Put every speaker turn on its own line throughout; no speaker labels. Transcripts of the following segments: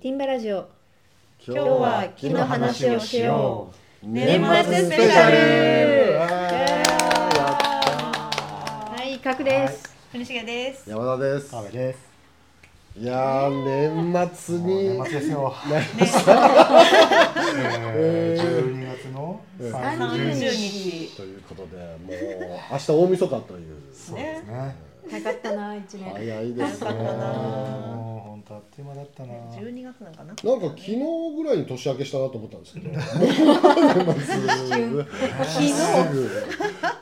ティンバラジオ
今
日は木の話をしよ
う
年末スペシャルはい、角です、
国重です。
山田です
阿部です。
いやー年末
もう
に
年末ですよ。 えー12月の
30日
30日
ということでもう明日大晦日という
そうですね。
かかったな、一年
早いですね
早かったな
もう本当あっという間だったな。
十二月なんかな。
なんか昨日ぐらいに年明けしたなと思ったんです けど、もう年末すぐ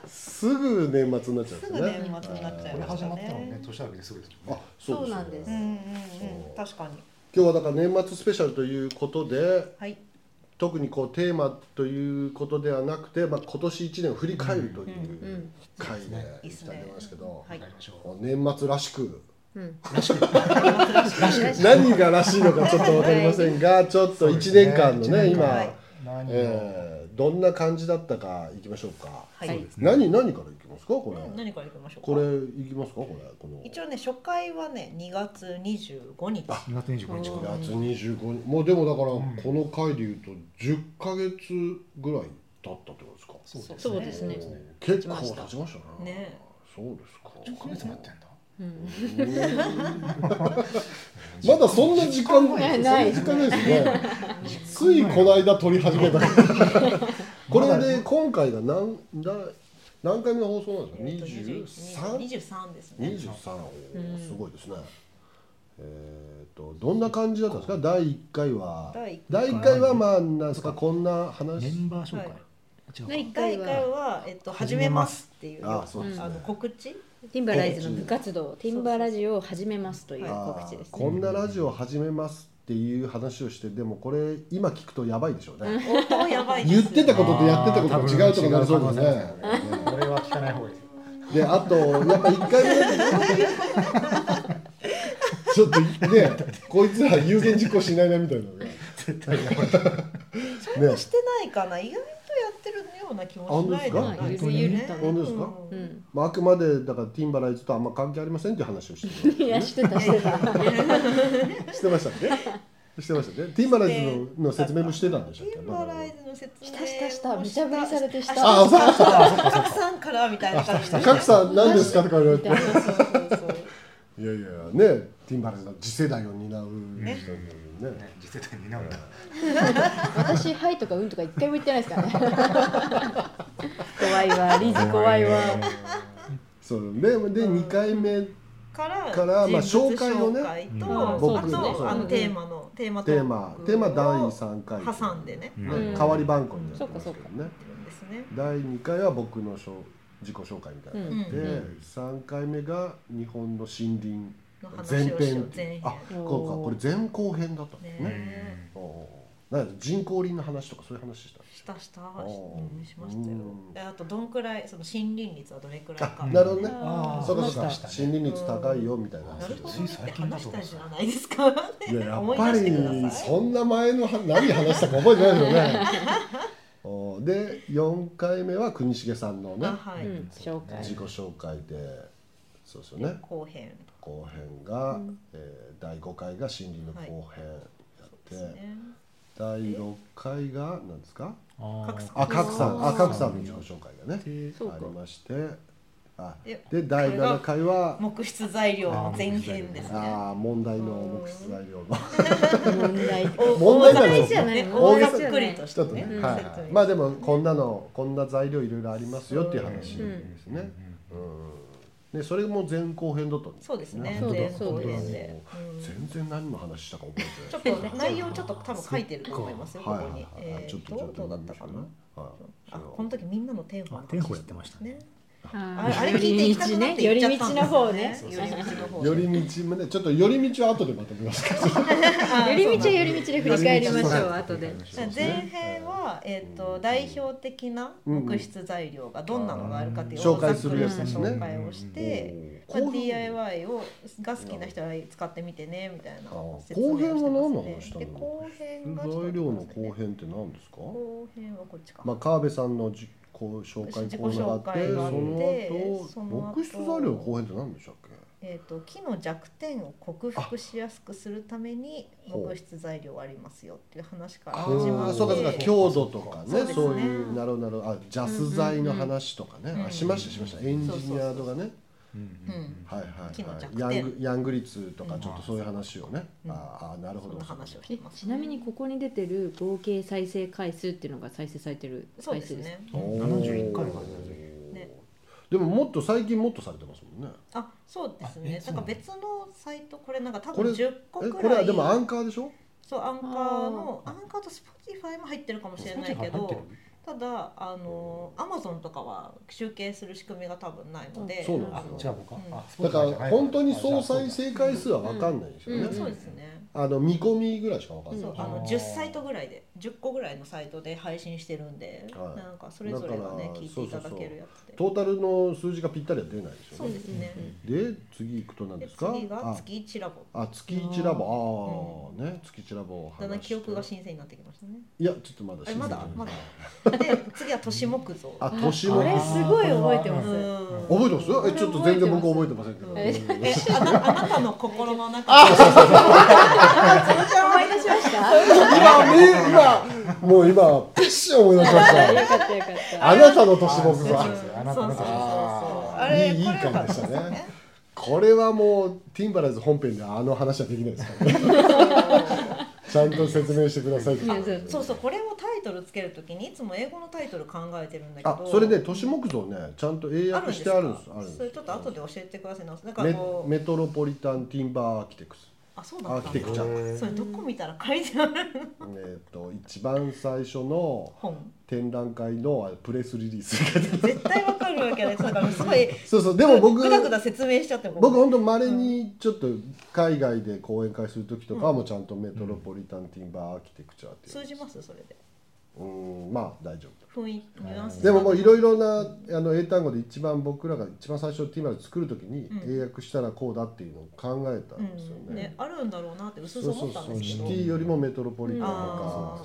すぐ年末になっちゃうんですす
ぐ
ね。
年末になっちゃい
これ
まし
始
た
まったのね
ね。
年明けですぐですも
あ
んね。、
そう
そうなんです
うんうん
今
うん、確かに。
日はだから年末スペシャルということで、
はい。
特にこうテーマということではなくて、まあ今年一年を振り返るという回でいきたいと思いますけど、
はい
や。りましょう。
年末らしく
うん、
何がらしいのかちょっとわかりませんが、ちょっと一年間の
そうです
ね
ね
今、
はい
何を
えーどんな感じだったかいきましょうか。
はい。
何何からいきますかこれ、
うん何からいきましょうか。
これいきますかこれこの
一応ね、初回はね、二月二十五日。
2月25日か
2月25日もうでもだからこの回でいうと10ヶ月ぐらい経ったってことですか
そうです
そうですね
結構経ちましたね
ね。
そうですか
1ヶ月もやってんだ。
まだそんな時間
ない
そんな時間ないですねついこの間撮り始めたこれで今回が何だ何回目の放送なんですか 23?
二十三ですね。
23をすごいですね、えー、とどんな感じだったんですか第1回は
第一
第1回はまあなんですかこんな話
メンバー紹
はい
介。違うか。
第
第一回は、えっと、始めますっていう。
あそうですね
あの告知。
ティンバライズの部活動ティンバラジオを始めますという
あー
告知ですね
こんなラジオ始めますっていう話をしてでもこれ今聞くとやばいでしょうね
おお、やばいです。
言ってたこととやってたことが違うとかなりそうですね
あー多分違う可能性ありますねこれは聞かない方がいいです
で
よ。
あとやっぱ1回目だとちょっとねこいつら有言実行しないなみたいなのが
そんなしてないかな。意外とやってるような気もしないでもない
本当ですか
ね
本当ですか
うん
うん、
まあ、あくまでだからティンバライズとあんま関係ありませんっていう話をしてま
いや、してたしてた
すしてましたねしてましたねティンバライズのの説明もしてたんでし
テ
ょうけ
ィンバライズの説明
したしたした
を
無茶ぶりされてした
あそうそう
たくさんからみたいな感じで
賀来さん何ですかとか言われて
みたいな
そうそうそう
いやいやねティンバライズの次世代を担う人だもんね
ね次世代になるんだ。
私はいとかうんとか一回も言ってないですからね怖いわリズ怖いわ
そうでで2回目
から
からまあ
人
紹
物
介をね
紹介と、
うん
僕
あ
そう
とあ
う
の
ん
テーマのテーマト
テ
ー
ー
ク
マテーマ第
を
3回
挟んでね、
うん
やって
うん
代わり番号になってますけどね
るんですね。
第2回は僕のしょ自己紹介みたいなのがあって、
うん
うん
3回目が日本の森林
の
前
話をしよう
編
前編
あそうかこれ前後編だったんですね
ね
おうおうなんか人工林の話とかそういう話した
したした
ー
しましたよ
うん。
であとどんくらいその森林率はどれくらいか。
なるほどね
あー
そうか
ま
そうか
した
森林率高いよみたいな
な
話
る
を
ほど
し
ね
つい
って
最近だ
話
と
し
思
たじゃ
ってた
ないですか。
いややっ
思い
ぱ
出してくだ
り
さい
そんな前の話何話したか覚えてないですよ ねおうで4回目は国重さんのね
あはい、
うん、紹介
自己紹介でそうですよね
後編
後編が、えー第5回が森林の後編やって、
ですね。
第6回が何ですか
あー
あ賀来さんあ賀来さんの自己紹介がね
で
そうか
ありましてあ
で
で第
これが
7回は
木質材料の前編ですね。
あー問題の木質材料の
問題
お
問題なん
大
で
じ
す
ゃ
よ
な
ね
い
大
げ
ざ
さ
っくりとし
ちょ
て
っとね、
ね。
はいはい
説明
まあでもこんなのこんな材料いろいろありますよっていう話ですね、うんでそれも前後編だったんです
そうですね。
そう
前
です
後
そう
編
で
で。
全然何の話したか覚えてない
ちょっと内容ちょっと多分書いてると思いますよ、こ
はいは
こ
い
に。
はい
え
ちょっ
ー
とちょ
と
っと
どうだったかな。あ、
そう
この時みんなのテーマの話
テンホやってましたね。
ね。
あ
あれあれ聞いていきたくなって
寄
言っちゃ
り
っ
道
たん
の方
で
ね
すよね。寄り道の方ね。
寄り道もねちょっと寄り道は後でまとめますから
寄り道は寄り道で振り返りましょう後で
前編は、えー、と代表的な木質材料がどんなのがあるかっていう
紹介するやつで
ざっくり
す
した
ね
紹介をして、
うん
まあ、DIY をが好きな人は使ってみてねみたいな説
後
明をして
編
ま
は
すね
何の話したの
で後編がちょっと
材料の後編って何ですか
後編はこっちか、
まあ川辺さんのじこう紹介コーナーがあって
自己紹介があって
その後
その後
木質材料の後編って何でしたっけ
えー、と木の弱点を克服しやすくするために
あほう
木質材料ありますよっていう話から
あ
始まっ
ー
て
そうかそうか強度とか
そう
ね
ですね
そういうなるほどなるほどあジャス材の話とかね、
うんうん
あしましたしましたエンジニアとかね
うん
うん
はいはい
木の弱
ヤ
点
ングヤング率とか
うん
ちょっとそういう話をね、
うん
あーあーなるほ
そ
ど
んな話をし
え
てます
ちなみにここに出てる合計再生回数っていうのが再生されてる
そう
回
です
数ですか
ね
おー
71回ま
でね
でももっと最近もっとされてますもんね
あそうですね
あ
な
え
んか別のサイトこれなんか多
これ
分10個
え
くらい
これはでもアンカーでしょ
そうアンカーのアンカーと Spotify も入ってるかもしれないけ
入って
どただあの Amazon とかは集計する仕組みが多分ないので
そうなんです
あ
よ
の
る違う僕は
うん
あそ
だ
うじゃ
か
ない
ら本当に総再
あ
生回数は分かんないですよね、
うん
そうですね
あの見込みぐらいしか分かんない、
そう
うん
あの
あー
10サイトぐらいで10個ぐらいのサイトで配信してるんで、
はい
なんかそれぞれが
だ
ね
から
聞いていただけるやつで
トータルの数字がぴったりは出ないですよ
そう
ね
ですね、
で次いくと何で
です
か
次が月1ラボ
ああ月一ラボああ、ね月一ラボを
だんだん
話して
記憶が新鮮になってきましたね
いやちょっとまだ
えまだ
新鮮
まだで次は都市木造
あ年
こ
も
れすごい覚えてます
うん
覚えてますえちょっと全然僕覚えてませんけど、
え
えあなあなたの心の中に
思い出しました
今ね今もう今ピッシュ思い出しま した
よかったよかった
あなたの年
そ
僕
う
が
なんですよあなた
そうそうそうそう
あー
あれ
いいいい
これよか
回
っ
で
た
したねこれはもうティンバラーズ本編ではあの話はできないです からねちゃんと説明してくださいって
いや
そうそうこれをタイトルつけるときにいつも英語のタイトル考えてるんだけ
あ
ど
それで都市木造ねちゃんと英訳してあるんです
か
あるんです
それちょっと後で教えてくださいななんか
メ
こう
メトロポリタンティンバーアーキテクス
あそう
アー
なんだ
キテクチャー
へー
それどこ見たら書いてある
えーっと一番最初の
本
展覧会のあプレスリリース が出て
絶対わかるわけないだからすごい
そうそうでも僕
ぐだぐだ説明しちゃっても
僕本当まれにちょっと海外で講演会する時とかはもうちゃんとメトロポリタンティンバーアーキテクチャーっていう
通じますそれで
うんまあ大丈夫
雰囲気ニュアンス
でももういろいろなあの英単語で一番僕らが一番最初ティーマル作るときに
うん
英訳したらこうだっていうのを考えたんですよ
うん、ね
ね。
あるんだろうなって薄
そう
々
そ
思
う
ったん
そ
で
う
す
シ
け
テ
ど
ィよりもメトロポリタンと
あ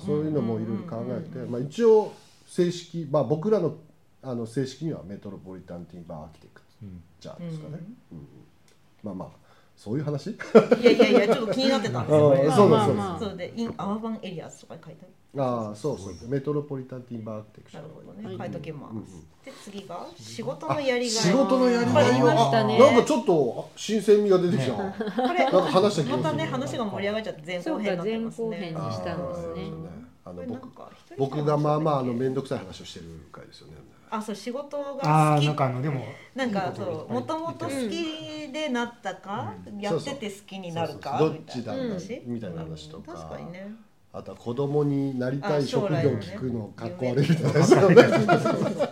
か
ー
そういうのもいろいろ考えて
うんうんうんうん
まあ一応正式まあ僕らのあの正式にはメトロポリタンティーバーアーキテクチャーですかね。うんまあまあそういう話
いやいやいやちょっと気になってたんですよ
あー
これ が
そう
だ
まあ
そうだ
まあそうでインアーバンエリアーズとかに書いて
ああそうそうメトロポリタンティーバーアーキテクチ
あ
ャー
るなるほどね、
はい
書いときます、
うんうん
で次が仕事のやりがい
仕事のやりが
あ
い
りましたね
なんかちょっと新鮮味が出てき たな。
これ
なんか話した気がする
またね話が盛り上がっちゃって前
そ
後
う
編に
か
なって
前
ます
後
ね
編にしたんですね
あ
こ
の
れなん
僕
か一人じゃ
僕がまあまああの面倒くさい話をしてる回ですよね。
あそう仕事が好
あー
き
なんかあのでも
なん
いい
か
ことがいっ
そう
ぱい
もともと好きでなったか、やってて好きになるか
そうそうどっちだ
うん
みたいな話とか
うん確かにね
あとは子供になりたい職業を聞くのかっこ悪いみたいな
あ
話とかね。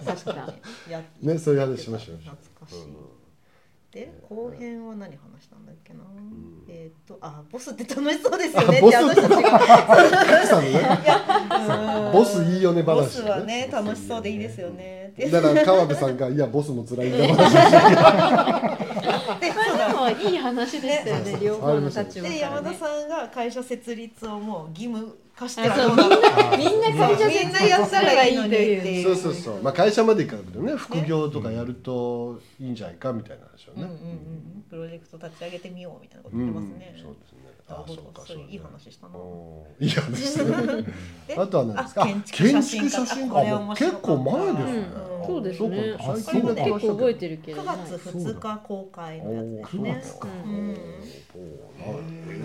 確か
やっ
ね そういう話しましたよね
懐かしい、で後編は何話したんだっけな、えっ、とあボスって楽しそうですよね
あ
っ
ボ
て
スっ
私
て
たちが
奥さんのね
うん
ボスいいよね
ボ
話
スはね楽しそうでいいですよねって
だから川辺さんがいやボスも辛いんだ話
でそうだ
にでもいい話でしたよね両方の立場から、ね、
で山田さんが会社設立をもう義務化して
あ
はど
そううみ
なの
ん
か
なみんな会社
みんなやったらいいのにっていう
そうそうそうまあ会社まで行かなくてもね副業とかやるといいんじゃないかみたいな話を
うんうんう
ね。
ん、プロジェクト立ち上げてみようみたいなこと
う
言っ
ん
てますね。
そうですね。
なる
あ
ほ
そう
ど
か
そ
そう
ういう
ね
いい話したな。
おーいい話ですね。
で
あとは何ですか
あ建築写真家
建築写真
これ
あもう結構前ですね、
うん
あ
そうですね
そうか
あ
最近
そう
の
だ
結構覚えて
る
るけど
9
な
月2日公開のやつです
9
ね。
月か、
うん
おーおー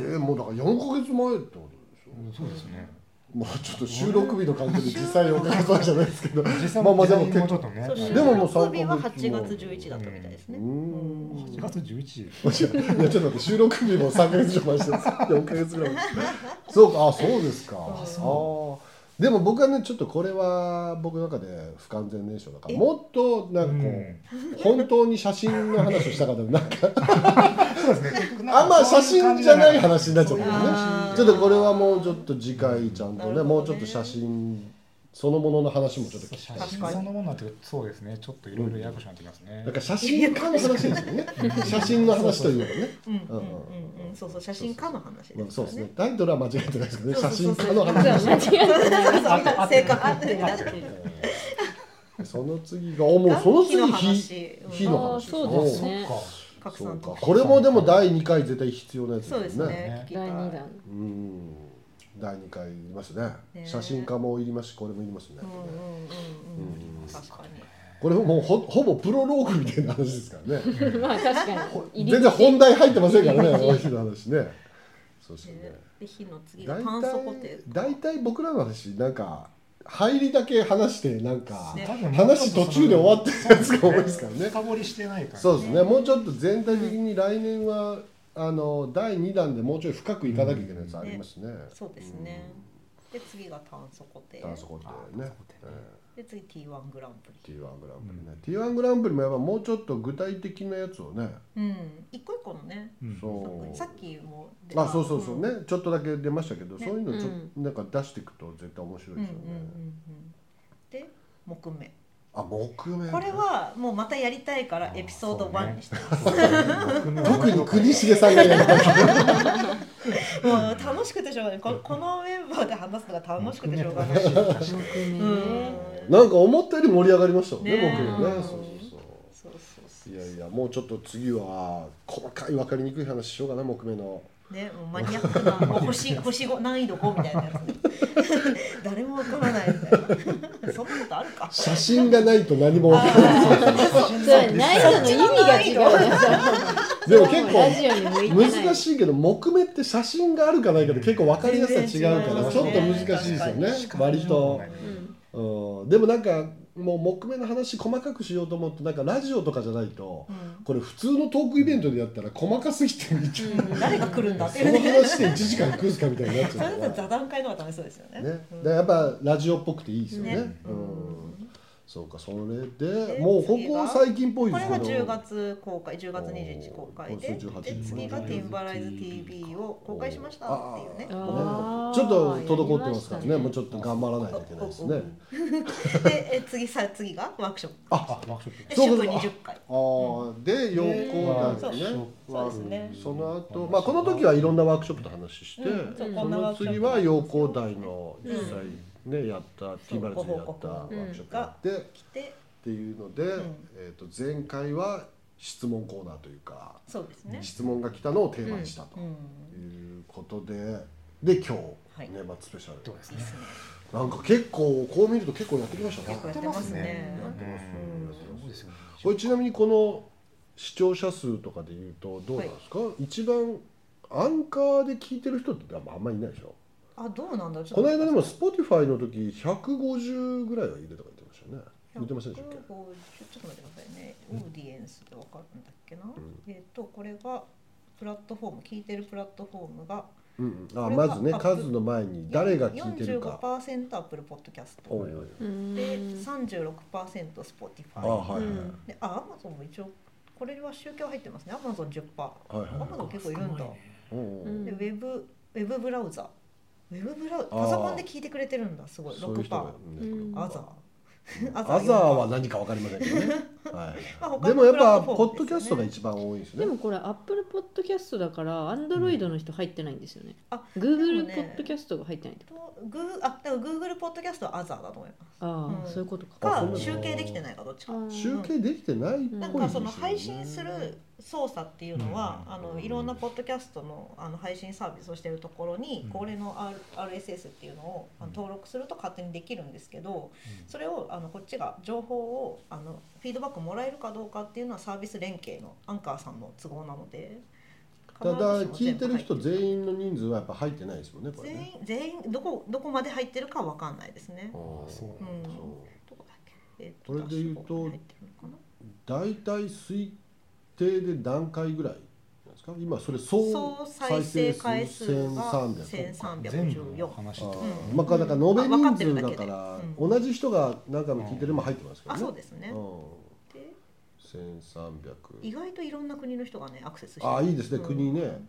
なえー、もうだから4ヶ月前ってことでしょ、
うんそうですね
まあちょっと収録日の関係で実際4ヶ月前じゃないですけ ど
実際
まあまあでも
時
結構
代もちょっとね
そう
で
収
ももう
録日
参考日
は8
も
月11だったみたいです
うー
ね。
ん
8月11
いや
日
ちょっと待って収録日も3ヶ月以上前してるんです4ヶ月ぐらい前そうかあそうですかあーでも僕はねちょっとこれは僕の中で不完全燃焼だからもっとなんかこう、本当に写真の話をしたかったなんか
そうです ね
あんま写真じゃない話になっちゃったよね
あー
ちょっとこれはもうちょっと次回ちゃんとね
なるほどね
もうちょっと写真そのものの話もちょっと聞きたい
写真そのものになってるとそうですねちょっといろいろややこしくなってきますね
なんか写真家の話ですよね写真の話というかね
うんうんうんうん、そうそう写真家の話ですよ
ま
ね。
あそうですねタイトルは間違えてないですけどね
そ
写
う そうそう
真家の
そう間
話
違え
そう正確
合ってる合ってる
その次がおもうその次
火の
火
話うん
火の話
あーそうですね
あそっか
拡
そう
散
か
と
これもでも第2回絶対必要なやつ
そうですね。聞きた
第
い
2弾
うん第2回いりますね
ね
写真家もいりますしこれもいりますね、
うんうんうんうん。確かに。
これももうほほぼプロローグみたいな話ですからね
まあ確か
ほ
に
全然本題入ってませんからねこの日の話ねそうですよね
でで火の次が
大
炭素固
体
定
大体僕らの話なんか入りだけ話してなんか
ね
多分
話途中で終わってるやつが多いですからね
深掘りしてないから、
そうですねもうちょっと全体的に来年はあの第2弾でもうちょい深くいかなきゃいけないやつありますね
そうですねで次が炭素固定
あそこでね
で次 T1 グランプリ
T1 グランプリね T1 グランプリもやっぱもうちょっと具体的なやつをね
うん一個一個のね
うん
そう
さっきも出た
あそうそうそうね、ちょっとだけ出ましたけど、
ね
そういうのちょ、
う
なんか出していくと絶対面白い
うん
で
うん
す
う
よ
ん
ね、
うんで木目
あ木目ね
これはもうまたやりたいから
あ
エピソード
そう
1
ね
にしてます
特
特に国重さんがやる
もう楽しくてしょうがないここのメンバーで話すのが楽しくてしょうがない
目
うん
ね
なんか思ったより盛り上がりましたもんね
ねえ
僕ね
うん
そうそうそ
そうそうそう
い
う
やいやもうちょっと次は細かい分かりにくい話しようかな木目の
ね、もうマニアックなもう星星5難易度5みたいなやつ 誰もわからないみたいな そんなことあるか
写真がないと何も分からない
それ難易度の意味が違うよ
でも結
ラジ
構
オに向いてない
難しいけど木目って写真があるかないかで結構分かりやすさ違うから
全
ちょっ
然違い
と難
ま
し
す
い
ね
ですよね
確かに
割と。
うん
うんでもなんかもう木目の話細かくしようと思うとなんかラジオとかじゃないと、
うん
これ普通のトークイベントでやったら細かすぎてみたいな、
うん
誰が来るんだってい
そうの
ね
話で1時間食うすかみたいになっち
それ
ゃう
だと
から。
座談会の方がダメそうですよね
ね、だからやっぱラジオっぽくていいですよね。
ね
う
うん
ん、そうか、それで、
で
もうこ
次
こ
が
最近っぽ
こ
い
れ
で
が
すけど。
10月公開10月21日公開で
今週18
で次が「ティンバライズ TV」を公開しましたってい
あ
ね
うね
あー
ちょっと滞ってますからね
やりましたね
もうちょっと頑張らないといけないですね。
でえ次さ次がワークショップ
あワークショッ
で
そう
祝
か
20回
あーで、陽光なんですね。
プ
そうですね
その後、まあ、この時はいろんなワークショップの話して、
うんそうこ
そ
んな
の
ワークショッ
次
プ
は陽光台の実際
う
ね、やったティーバレッジでやったワークショップがあって、っ
来て
ていうので、
ん
えー、と前回は質問コーナーというか、
そうですね
質問が来たのをテーマにしたと
うん
いうことで、で今日、
はい
年末スペシャル
どうです
いい
ね
っすね
なんか結構こう見ると結構やってきましたね
結構やってますね
やってますね
うん
そうですよね
これちなみにこの視聴者数とかでいうとどうなんですか、一番アンカーで聞いてる人ってあんまあんまりいないでしょ
あどうなんだろうち
こと
ょっ
の間でも Spotify の時150ぐらいはいるとか言ってましたよね言ってませんでしたっけ
150ちょっと待ってくださいね。オーディエンスでわかるんだっけな。えっ、とこれがプラットフォーム聞いてるプラットフォームが
うんうん、あ
これが
まずね
あ
数の前に誰が聞いてるか
45%アップルポッドキャス
お
ト
いおいおい
うん
で36%スポティフ
あ
ァイ
はいは
う
い、
ん
であアマゾンも一応これは宗教入ってますね。アマゾン10%。
いはいはい
アマゾン結構いるんだ。
うんう
うんん
でウェブウェブブラウザウェブブラウパソコンで聞いてくれてるんだすごい
そういう
6%
人がいるんです
ア
けど
ザ ー
アザーは
4%
何かわかりませんけどね、は
まあ
い、
他の
でもやっぱ
プラッ
ポ
トフ
ッド
ォームですよね
キャストが一番多いですね
でもこれアップルポッドキャストだからアンドロイドの人入ってないんですよね。
あ
グーグ
で
ル
も
ポ
ね
ッドキャストが入ってないってこと
グーあでも Google ポッドキャストはアザーだと思います
と。ああ、
うん
そういうことか。
あそ
か
うなの
集計できてないかどっちか
あ
集計できてないっぽいですよね
なんかその配信する操作っていうのは、
うん
あのいろんなポッドキャストのあの配信サービスをしてるところに、
うん
これの R RSS っていうのをあの登録すると勝手にできるんですけど、
うん
それをあのこっちが情報をあのフィードバックもらえるかどうかっていうのはサービス連携のアンカーさんの都合なので
ただ
必ず
聞い
しても
る人
全部入
全員の人数はやっぱ入ってないですもんねこれ
全
ね
員全員どこどこまで入ってるかわかんないですね
あ。ー
そう
そ
うん
う
どこだっけ。えっ
これで言うと
ダッシュボードに入ってるのかな
大体推定で何回ぐらいなんですか今それ総
総再生回数が
1300
1300
全部の話
あ
とか
ーまあだから延べ人数だか
あわ
ら
かってるだけでう
同じ人が何回も聞いてれば入ってますから
あ
ね
そうですね。
う
で
ん
意
1300
外といろんな国の人がねアクセスしてる
ああいいですね
うん
国ね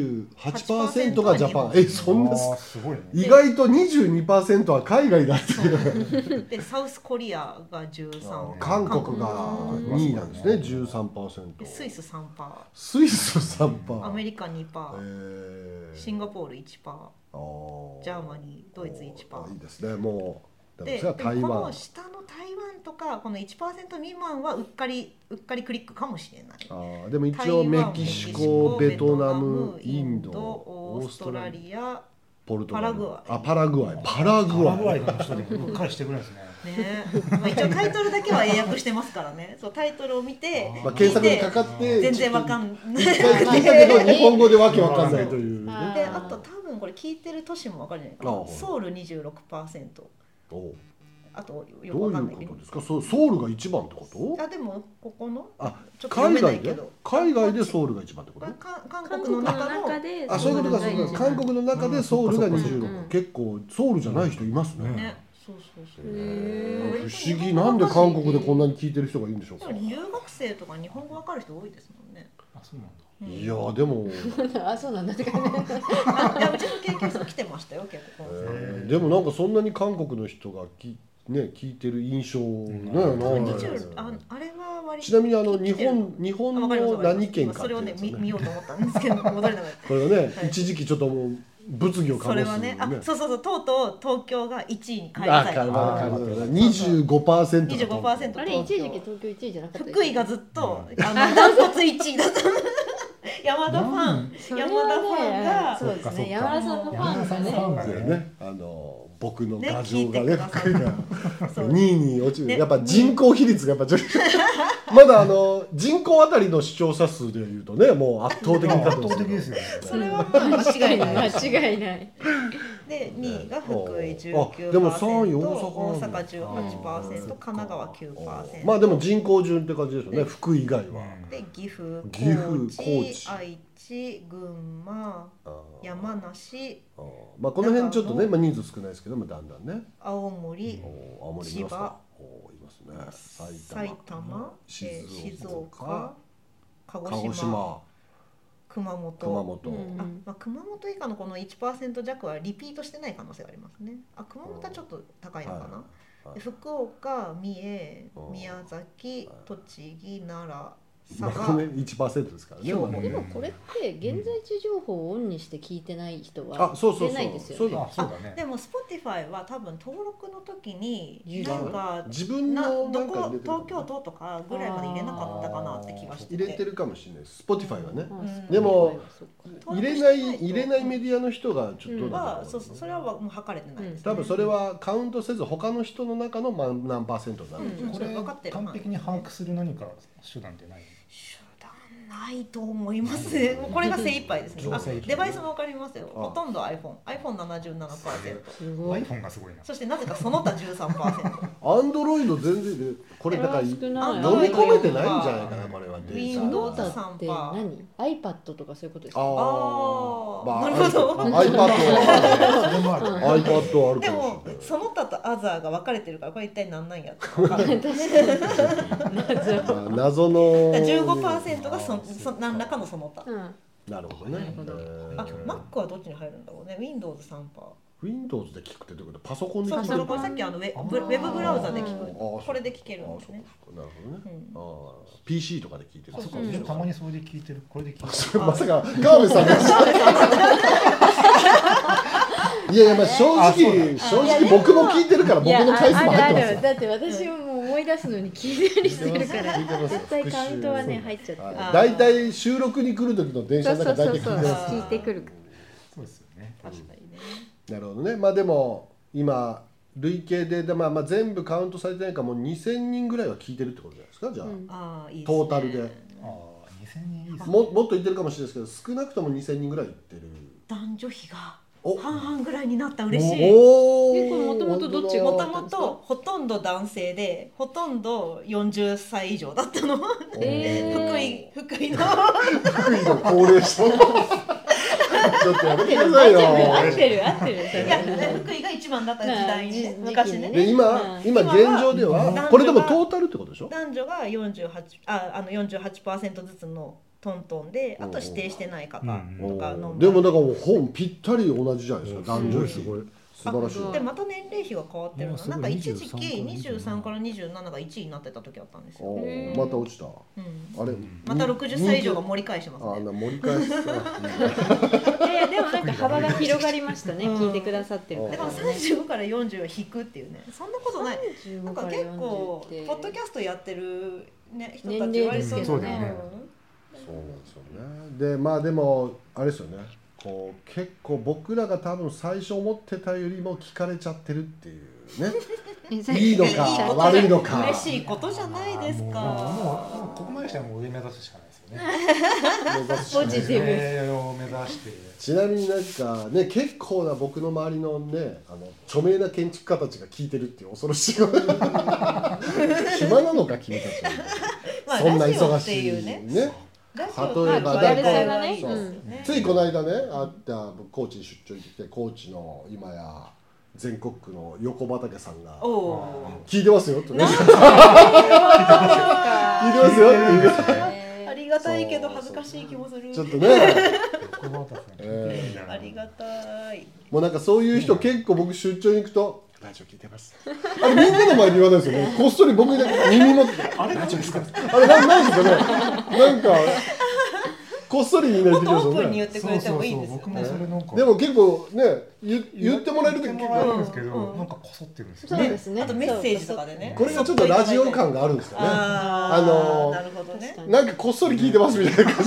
78%がジャパンえそんな
あーすごいね
意外と22%は海外だっていう
でサウスコリアが13
韓国が2位なんですね
で
13%
スイス3パ
スイス3パ
ーアメリカ2パー、
えー、
シンガポール1パ
あー
ージャーマニードイツ1パ
あいい
ー
ですねもうだから
で
それは
で
台
もこの
湾
下の台湾なんとかこの1%未満はうっかりうっかりクリックかもしれない
あーでも一応メキシコベトナムインド
オ
オ
ー
ー
ス
ス
ト
ト
ラ
ラリア
リア
ポルトガル
パラグアイ
あパラグアイパラ
パ
グア
ラ
イ
ぐらいの人でうっかりしてくれるんですね。
ね、まあ、一応タイトルだけは英訳してますからねそうタイトルを見て
まあ、
聞
検
い
索にか
て
かって
全然わか
ない
んない
聞いたけど日本語でわけわかんないというね
あ
であと多分これ聞いてる都市もわかるんじゃないか
あ
なソウル26%
おう
あとよく
ど
わ
うい
か
う
んないけ
こ
ど
とですかそうソウルが一番ってこと
あでもここの
あ
ちょっと読
海
めない
外
け
で
ど
海外でソウルが一番ってこと
まあか韓
韓国
国の
の
中の
中で
あそういうことかそういうことか韓国の中でソウルが
うんそっか
そっか
26結構ソウルじゃない人いますね
ねそうそうそう
へ
不思議なんで韓国でこんなに聞いてる人がいるんでしょう
で
か
も留学生とか日本語わかる人多いですもんね。
あ、そうなんだ。
うん
いやーで も
あそうなんだってかね
あいやうちの経験者来てましたよ結構。
えーでもなんかそんなに韓国の人がき、ね、聞いてる印象ね
うん
ない
二十ああれは割
ちなみにあの
聞い
日
てる
本日本
あわかります
の
わかります
何県かっ
そ
て
れ
い
を
う
ね
やつ
見
ね
見ようと思ったんですけど戻れなかった。
これがね、
はい
一時期ちょっともう物議を
そ
醸
れ
す
はねあそうそうそうとうとう東京が一位に返
あ
され
か
た。
なか
そう
な
そう
二十五パーセント
25%
あれ一時期東京一位じゃなかった
福井がずっとあのダントツ一位だった。 山田ファン
それは
山
ね
田ファンが
そうですね
そっか
山田さんのファンがね
山田さんのファンが
ねあの僕の
ね
画
聞
像
いて
が
く
ね
ださ
福
っ
井が
た。
2位に落ちる、
ね
やっぱ人口比率がやっぱちょっ とまだあの人口あたりの視聴者数でいうとねもう圧倒的に多
圧
分
倒的ですよね。
それはまあ間違いない。
間違いない
で2位が福井
あ
19%
でも三位大阪なん
大
だ
阪18%神奈川9%
まあでも人口順って感じですよね
ね
福井以外
う
は、
ん
で岐阜
岐阜
高知
高知
愛知群馬
あー
山梨
あーまあこの辺ちょっとね、
長野
まあ、人数少ないですけどもだんだんね
青森
お青森
千葉
おーいますね埼玉
埼玉えー
静
静
岡
岡鹿
鹿児
児島
島
熊本
熊本、
うん
あまあ、熊本以下のこの1%弱はリピートしてない可能性がありますね。あ熊本はちょっと高いのかな。
はい
で福岡、三重
う、ん
宮崎
はい、
栃木、奈良、
まあ
佐
こ
賀
の、辺1%ですからね、
兵庫
まあ
でもこれって現在地情報をオンにして聞いてない人は
あそうそうそう
出ないですよ
そう
ね
だ
あ、そうだ
で
ね。
も Spotify は多分登録の時に
うん
なんか
自分
な
のな
ど
んか
こ
入れてる
東京都とかぐらいまで入れなかったかなって気がして
入れてるかもしれないです Spotify はね
あ
うん
でも
そうか
入れない入れないメディアの人がちょっと
はそうそうそれはもう測れてないです、ね
多分それはカウントせず他の人の中のま何パーセントになるんですよ
うん
こ
分かって
れ
る
完璧に把握する何か手段ってない。
手段ないと思いますねもうこれが精一杯ですねあ
精一杯
デバイスも分かりますよ
あ
ほとんど iPhone iPhone77%
すごい
iPhone がすごいな。
そしてなぜかその他13%
アンドロイド全然でこれだから
あ
飲
ー少
み
ない
込めてないんじゃないかなこれはデ
その
ータ
他って何 iPad とかそういうことですか
あ
あ
あ
ー
まあ
なるほど
iPad は
それもあるね。
iPad はあるかもし
で
れない
もその他とアザーが分かれてるからこれ一体何なんやって分か んないだか
まあ謎の
ら15%がそそ何らかのその他
うん
なるほどね
なるほど
えー
あ、Mac はどっちに入るんだろうね。Windows 三パ
Windows で聞くってどういうことパソコンで
そ
聞
う
く
そ
パソ
う、
コ
こ
ン
れさっきあのウェ
あー
ブウェブブラウザで聞
あ
く。
ー
これで聞けるんですね
あーそうかそうかなるほどね
うん
あー PC とかで聞いてる
あそっか
うん
でもたまにそれで聞いてる。これで聞いてる。
それ まさか川辺さんが いやいやまあ正
あそうな
直
ん
正直僕も聞いてるか
い
ら僕
や
の回数も入
ああ
って
る
ま
あ
す
るだって私ももう思い出すのに聞いたり してるから
聞いてます
絶対カウントはね入っちゃってる
はい大体収録に来る時の電車
そう
の
そ
中
うそ
大
うそう
体聞いてます
聞いてくる
そうですよね。
確かにね。
なるほどねまあでも今累計で、でまあ、まあ全部カウントされてないからもう2000人ぐらいは聞いてるってことじゃないですかじゃあ、
うん
ああ、いいですね。
トータルで
ああ、2000人いいですね。
ももっと言ってるかもしれないですけど少なくとも2000人ぐらい言ってる
男女比が
お
半々ぐらいになった嬉しい。
おお
えこれ元々どっちが
も
お
ともとほとんど男性で、ほとんど40歳以上だったの。
えー
福井福井の。
福井の高齢者ちょっとやめてくださいよ
合ってる合ってる合って
い
る
や、福井が一番だった時代にね、
うん
昔ね。
時期に
で今
うん
今現状で
今
は
は
これでもトータルってことでしょ
男女が48ああの48%ずつのトントンであと指定してない方
うん
とかの
でもだからもう本ぴったり同じじゃないですか男女比
すごい
素晴らしい
あ
でまた年齢比が変わってる
も
の
うすごい
なんか一時期
23
23か
か
ら27が1位になってた時あったんですよ、
お
へ
ー
ー
また落ちた
うん、
あれ
うん
また60歳以上が
も
盛り返してます
あ
ね
な盛り返すさ
えーでもなんか幅が広がりましたね、
うん
聞いてくださってる
あ
だ
方
か
も
ら
ね
35から40は引くっていうねそんなことないな
35
んか
から
結
40
構
って
ポッドキャストやってる、ね、人た
年
ち
齢で
割
す
と
よね
そうだよね
そうなんですよねでまあでもあれですよねこう結構僕らが多分最初思ってたよりも聞かれちゃってるっていう ねいいのか
いいことじゃ
悪いのか
嬉しいことじゃないですか
もうもうもうここまでしたらもう上目指すしかないですよね。
目指すしか
ポ
ない
ジティブ
上を目指して。
ちなみになんかね結構な僕の周りのねあの著名な建築家たちが聞いてるっていう恐ろしい暇なのか君たちは
ま あ
そんな
ラジオ
忙
って
しい
いう
ね
ねラジオって
例
い
え
う
ば
まあ
気軽さがね
気軽さがね
そう
ついこの間ねあった僕高知に出張行ってきて高知の今や全国区の横畑さんが
おお
「聞いてますよ」ってね「聞いてますよ」って言う
ありがたいけど恥ずかしい気もする
ちょっとね
横畑さん聞いてみたいな。
ありがたい
もうなんかそういう人結構僕出張に行くと「ラジオ聞いてます」あれみんなの前で言わないですよねこっそり僕に耳元で
あれラジオですか。
あれななんですかねなんかこっそりみんな言
も
っ
ってと
き
オ
ます
ープ
よ
ンに言っ
ね
てくれてもいいですよ
僕もそれなんか。
でも結構ね言言ってもらえる時
言って
結
もらえる
構
んですけど、
うん
なんかこそってるんですよ
そう
ね。
ですね
あとメッセージとかでね
これがちょっとラジオ感があるんですよね
あ
あ
あ
のー
なるほどね
確かに
なんかこっそり聞いてますみたいな感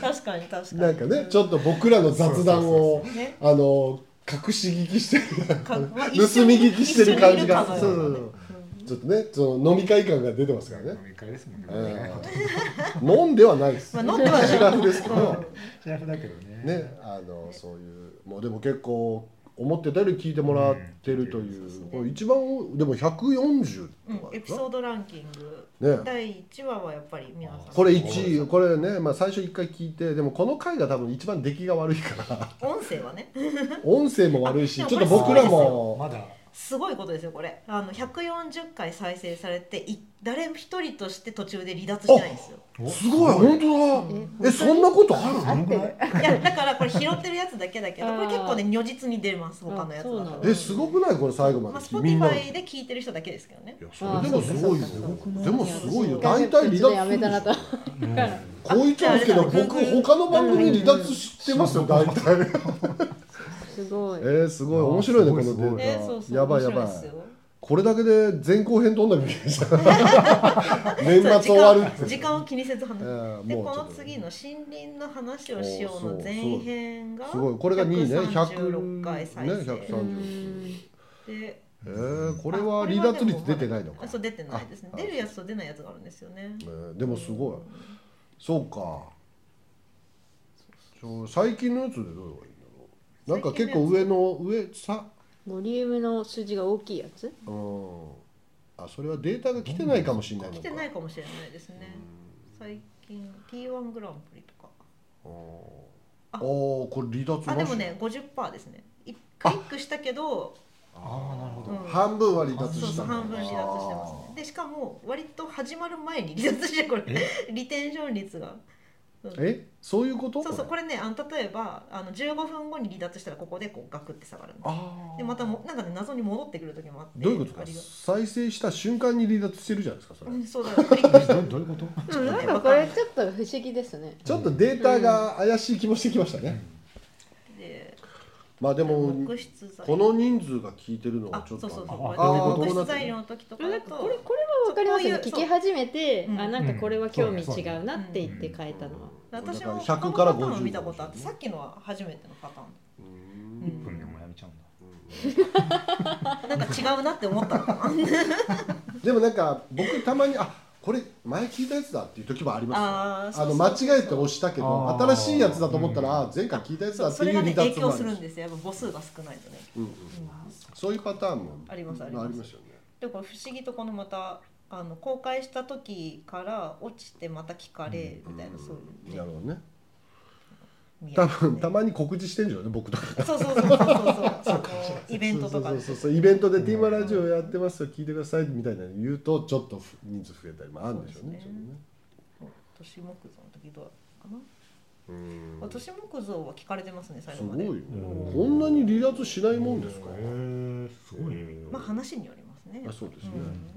確かに確か
じ
に
なんかねちょっと僕らの雑談を
ね
あの隠し聞きしてる
かまあ一 緒
盗み
に
聞きしてる感じが
一緒にいるかのよ
そう
う
そ
な
うそうちょっとねその飲み会感が出てますからね
飲み会ですもんね。
うん飲んではないです
まあ飲んではない
シラフですけ
うん
ど
シラフだけどね。
ねあのそういうもうでも結構思ってたより聞いてもらってるというこれ一番多いでも140
う
と
ん
か
エ
で
ピ
すか
ソードランキング
ね
第1話はやっぱり皆さん
これ1位これね、まあ、最初1回聞いてでもこの回が多分一番出来が悪いから
音声はね
音声も悪いし
あ
ちょっ
でも
と僕
これ
らも
まだ
すごいことですよこれあの140回再生されてい誰一人として途中で離脱してないんですよ
すごい本
え本
当
当
だえ
に
そんなことある
どのぐら
合っ
い
いやだからこれ拾ってるやつだけだけど
あー
これ結構ね如実に出ます他のやつだ
あそう
か
な
ら
んだ
えすごくないこれ最後
ま
ま
あ
で、みんな
Spotify で聞いてる人だけですけどね
いやそれでもすごいよ
あそうかそう
か
でもすごいよ
いや
大体離脱するでし
私やめたなと
ょこう言っちゃうんですけど
あ
僕他の番組離脱してますよ大体
すごい
えー、すごい面白いねこの
あ
デ
すごい
ータ、
えーそうそう
やばいやばい
面白ですよ
これだけで前後編撮んなきゃいけないじゃ ん年末終わるって
時間を気にせず
え
話す
ー
で
も
こ
うちょっ
の
と
次の森林の話をしようの前編が
すごいこれが2位ね
136回再生、
ね
う
136
ん
で
えー、これは離脱率出てないの
あ
か
そう出てないですね
あ
出るやつと出ないやつがあるんですよね
えーでもすごいそうかそう最近のやつでどういうのがいいんだろうなんか結構上の上さ
ボリュームの数字が大きいやつ
うんあそれはデータが来てないかもしれないの
来
か
てないかもしれないですね最近 P1 グランプリとか
うんあーこれ離脱
あ
な
で
し
もね50%ですね一クリックしたけど
ああなるほど。
うん
半分は離脱
そう
した
そうん
だ
半分離脱してますねでしかも割と始まる前に離脱してこれリテンション率が
あーえそういうこと
そうそうこれねあの例えばあの15分後に離脱したらここでこうガクって下がるんです
あー
でまたもなんかね謎に戻ってくる時もあって
どういうこと
あ
で
りが
すか再生した瞬間に離脱してるじゃないですかそれ、
うんそうだよクリックし
どどういうこと？
たうん
なんかこれちょっと不思議ですね
ちょっとデータが怪しい気もしてきましたね、
で
まあでも
木質材
この人数が聞いてるの
あ
がち
そ
ょっ
うそ
と
うそう
あ
こ
あー
れ
こう
木
なって
質材
る
料の時と
こ
か
れな
だ
んか
と
これこれは分かりますよね聞き始めて
うん
あなんかこれは興味違うなって言っ
う
て
ん
変えたのは
私も
100から50
他のパターンを見たことあってさっきのは初めてのパター
う
うんん
一分でもやめちゃうんだ。
ンなんか違うなって思ったの かな
でもなんか僕たまにあこれ前聞いたやつだっていう時もあり
あ
ま
ー
す
そ
よあ
うそ
の
う
間違えて押したけど
あー
新しいやつだと思ったら、
うん
あー前回聞いたやつだって
そ
い
れ
う
が
離
ね影
脱も
響
あ
す
る
るんですよやっぱ母数が少ないとね
うんうんそういうパターンも
ありますあり
あ
ます
りますよね
でこれ不思議とこのまたあの公開した時から落ちてまた聞かれみたいな、そういうね
なるほどね
見え
多
ますね
分たまに告知してんじゃんね僕とか
そうそうそうそうそうそうそのイベントとか
そう
で
そうそうそうイベントで「ティーマラジオやってますよ聞いてください」みたいなの言うとちょっと人数増えたりもあるんでしょうね
そうですね都市木造の時どうだったかな、
それねうん
都市木造は聞かれてますね最
す
後
ご
ま
い
で
よね
うん
こんなに離脱しないもんですか
へー
すごいねみんな。
まあ話によりますね
あそうですね、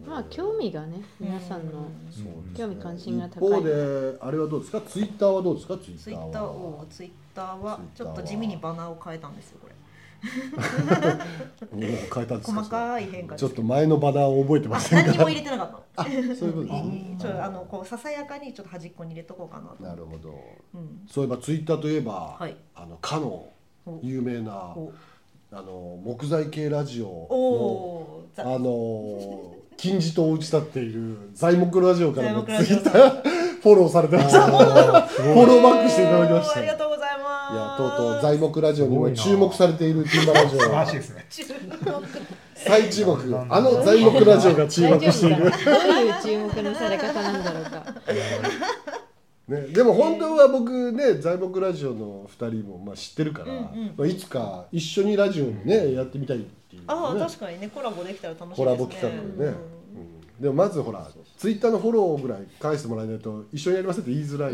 う
まあ興味がね皆さんの
うん
そうですね
興味関心が
一
高い
方であれはどうですかツイッターはどうですかツイ
ツ
ッ
イ
ター
ッ
は
ターをツイッターはちょっと地味にバナーを変えたんですよこれ
おー変えたんですか
細かい変化です
ちょっと前のバナーを覚えてま
あ
せん
何に
か
も入れてなかったの
あそういうことです
いいいい
ね
ちょあのこうささやかにちょっと端っこに入れとこうかなと
なるほど
うん
そういえばツイッターといえば、
はい
あのかの
お
有名な
お
あの木材系ラジオの
おー
あ
ざ
の金字塔を打ち立っている材木ラジオからもツイ
材木ラジオ
ッターフォローされてましたフ ォローバックしていただきました
おーあ
い
りがとうございます
やとうとう材木ラジオにも注目されているティンバラジオ
素晴らしいですね。
再注目あの材木ラジオが注
大
目
丈
してい
夫
る、
かどういう注目のされ方なんだろうか
ね、でも本当は僕ね材木ラジオの2人もまあ知ってるから、
うんうん
まあ、いつか一緒にラジオにねやってみたいっていう、ね、
ああ確かにねコラボできたら楽しいです
コラ
ね
ボ企画でね、うんでもまずほらツイッターのフォローぐらい返してもらえないと一緒にやりますって言いづら い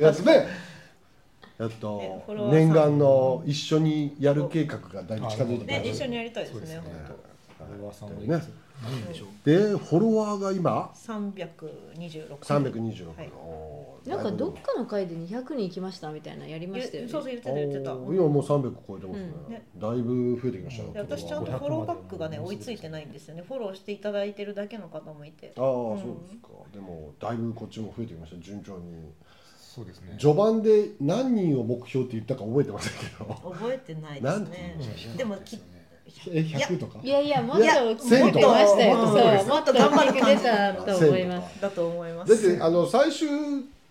やつでやっ
ね
と
フォロワーさん
念願の一緒にやる計画がだいぶ近づいてきま
ね一
し
緒
た
にやりたいです
そう
ね
ですね
本当。
フォロワーさん
は
の
い
いくつ何人でしょう。
でフォロワーが今
三百二十六。
326
はい
おー
なんかどっかの回で200人行きましたみたいなのやりましたよ
ゆ
ね
そうそう言ってた言ってた。
おー今もう300超えてますね,、
うんね
だいぶ増えてきましたね
で私ちゃんとフォローバックがね追いついてないんですよね。フォローしていただいてるだけの方もいて。
ああー、
うん
そうですかでもだいぶこっちも増えてきました順調に
そうですね。
序盤で何人を目標って言ったか覚えてませんけど
覚えてないで
な
す
んて言う
ね
んで。
うん
でもき
え100とか
いやいやもっと
いや
もっと
千
出
と
てましたよ
もっと
そうもっと頑張っ
もっと
て
頑張る
出たと思います
1000
だと思いま
だっ
す。
てあの最終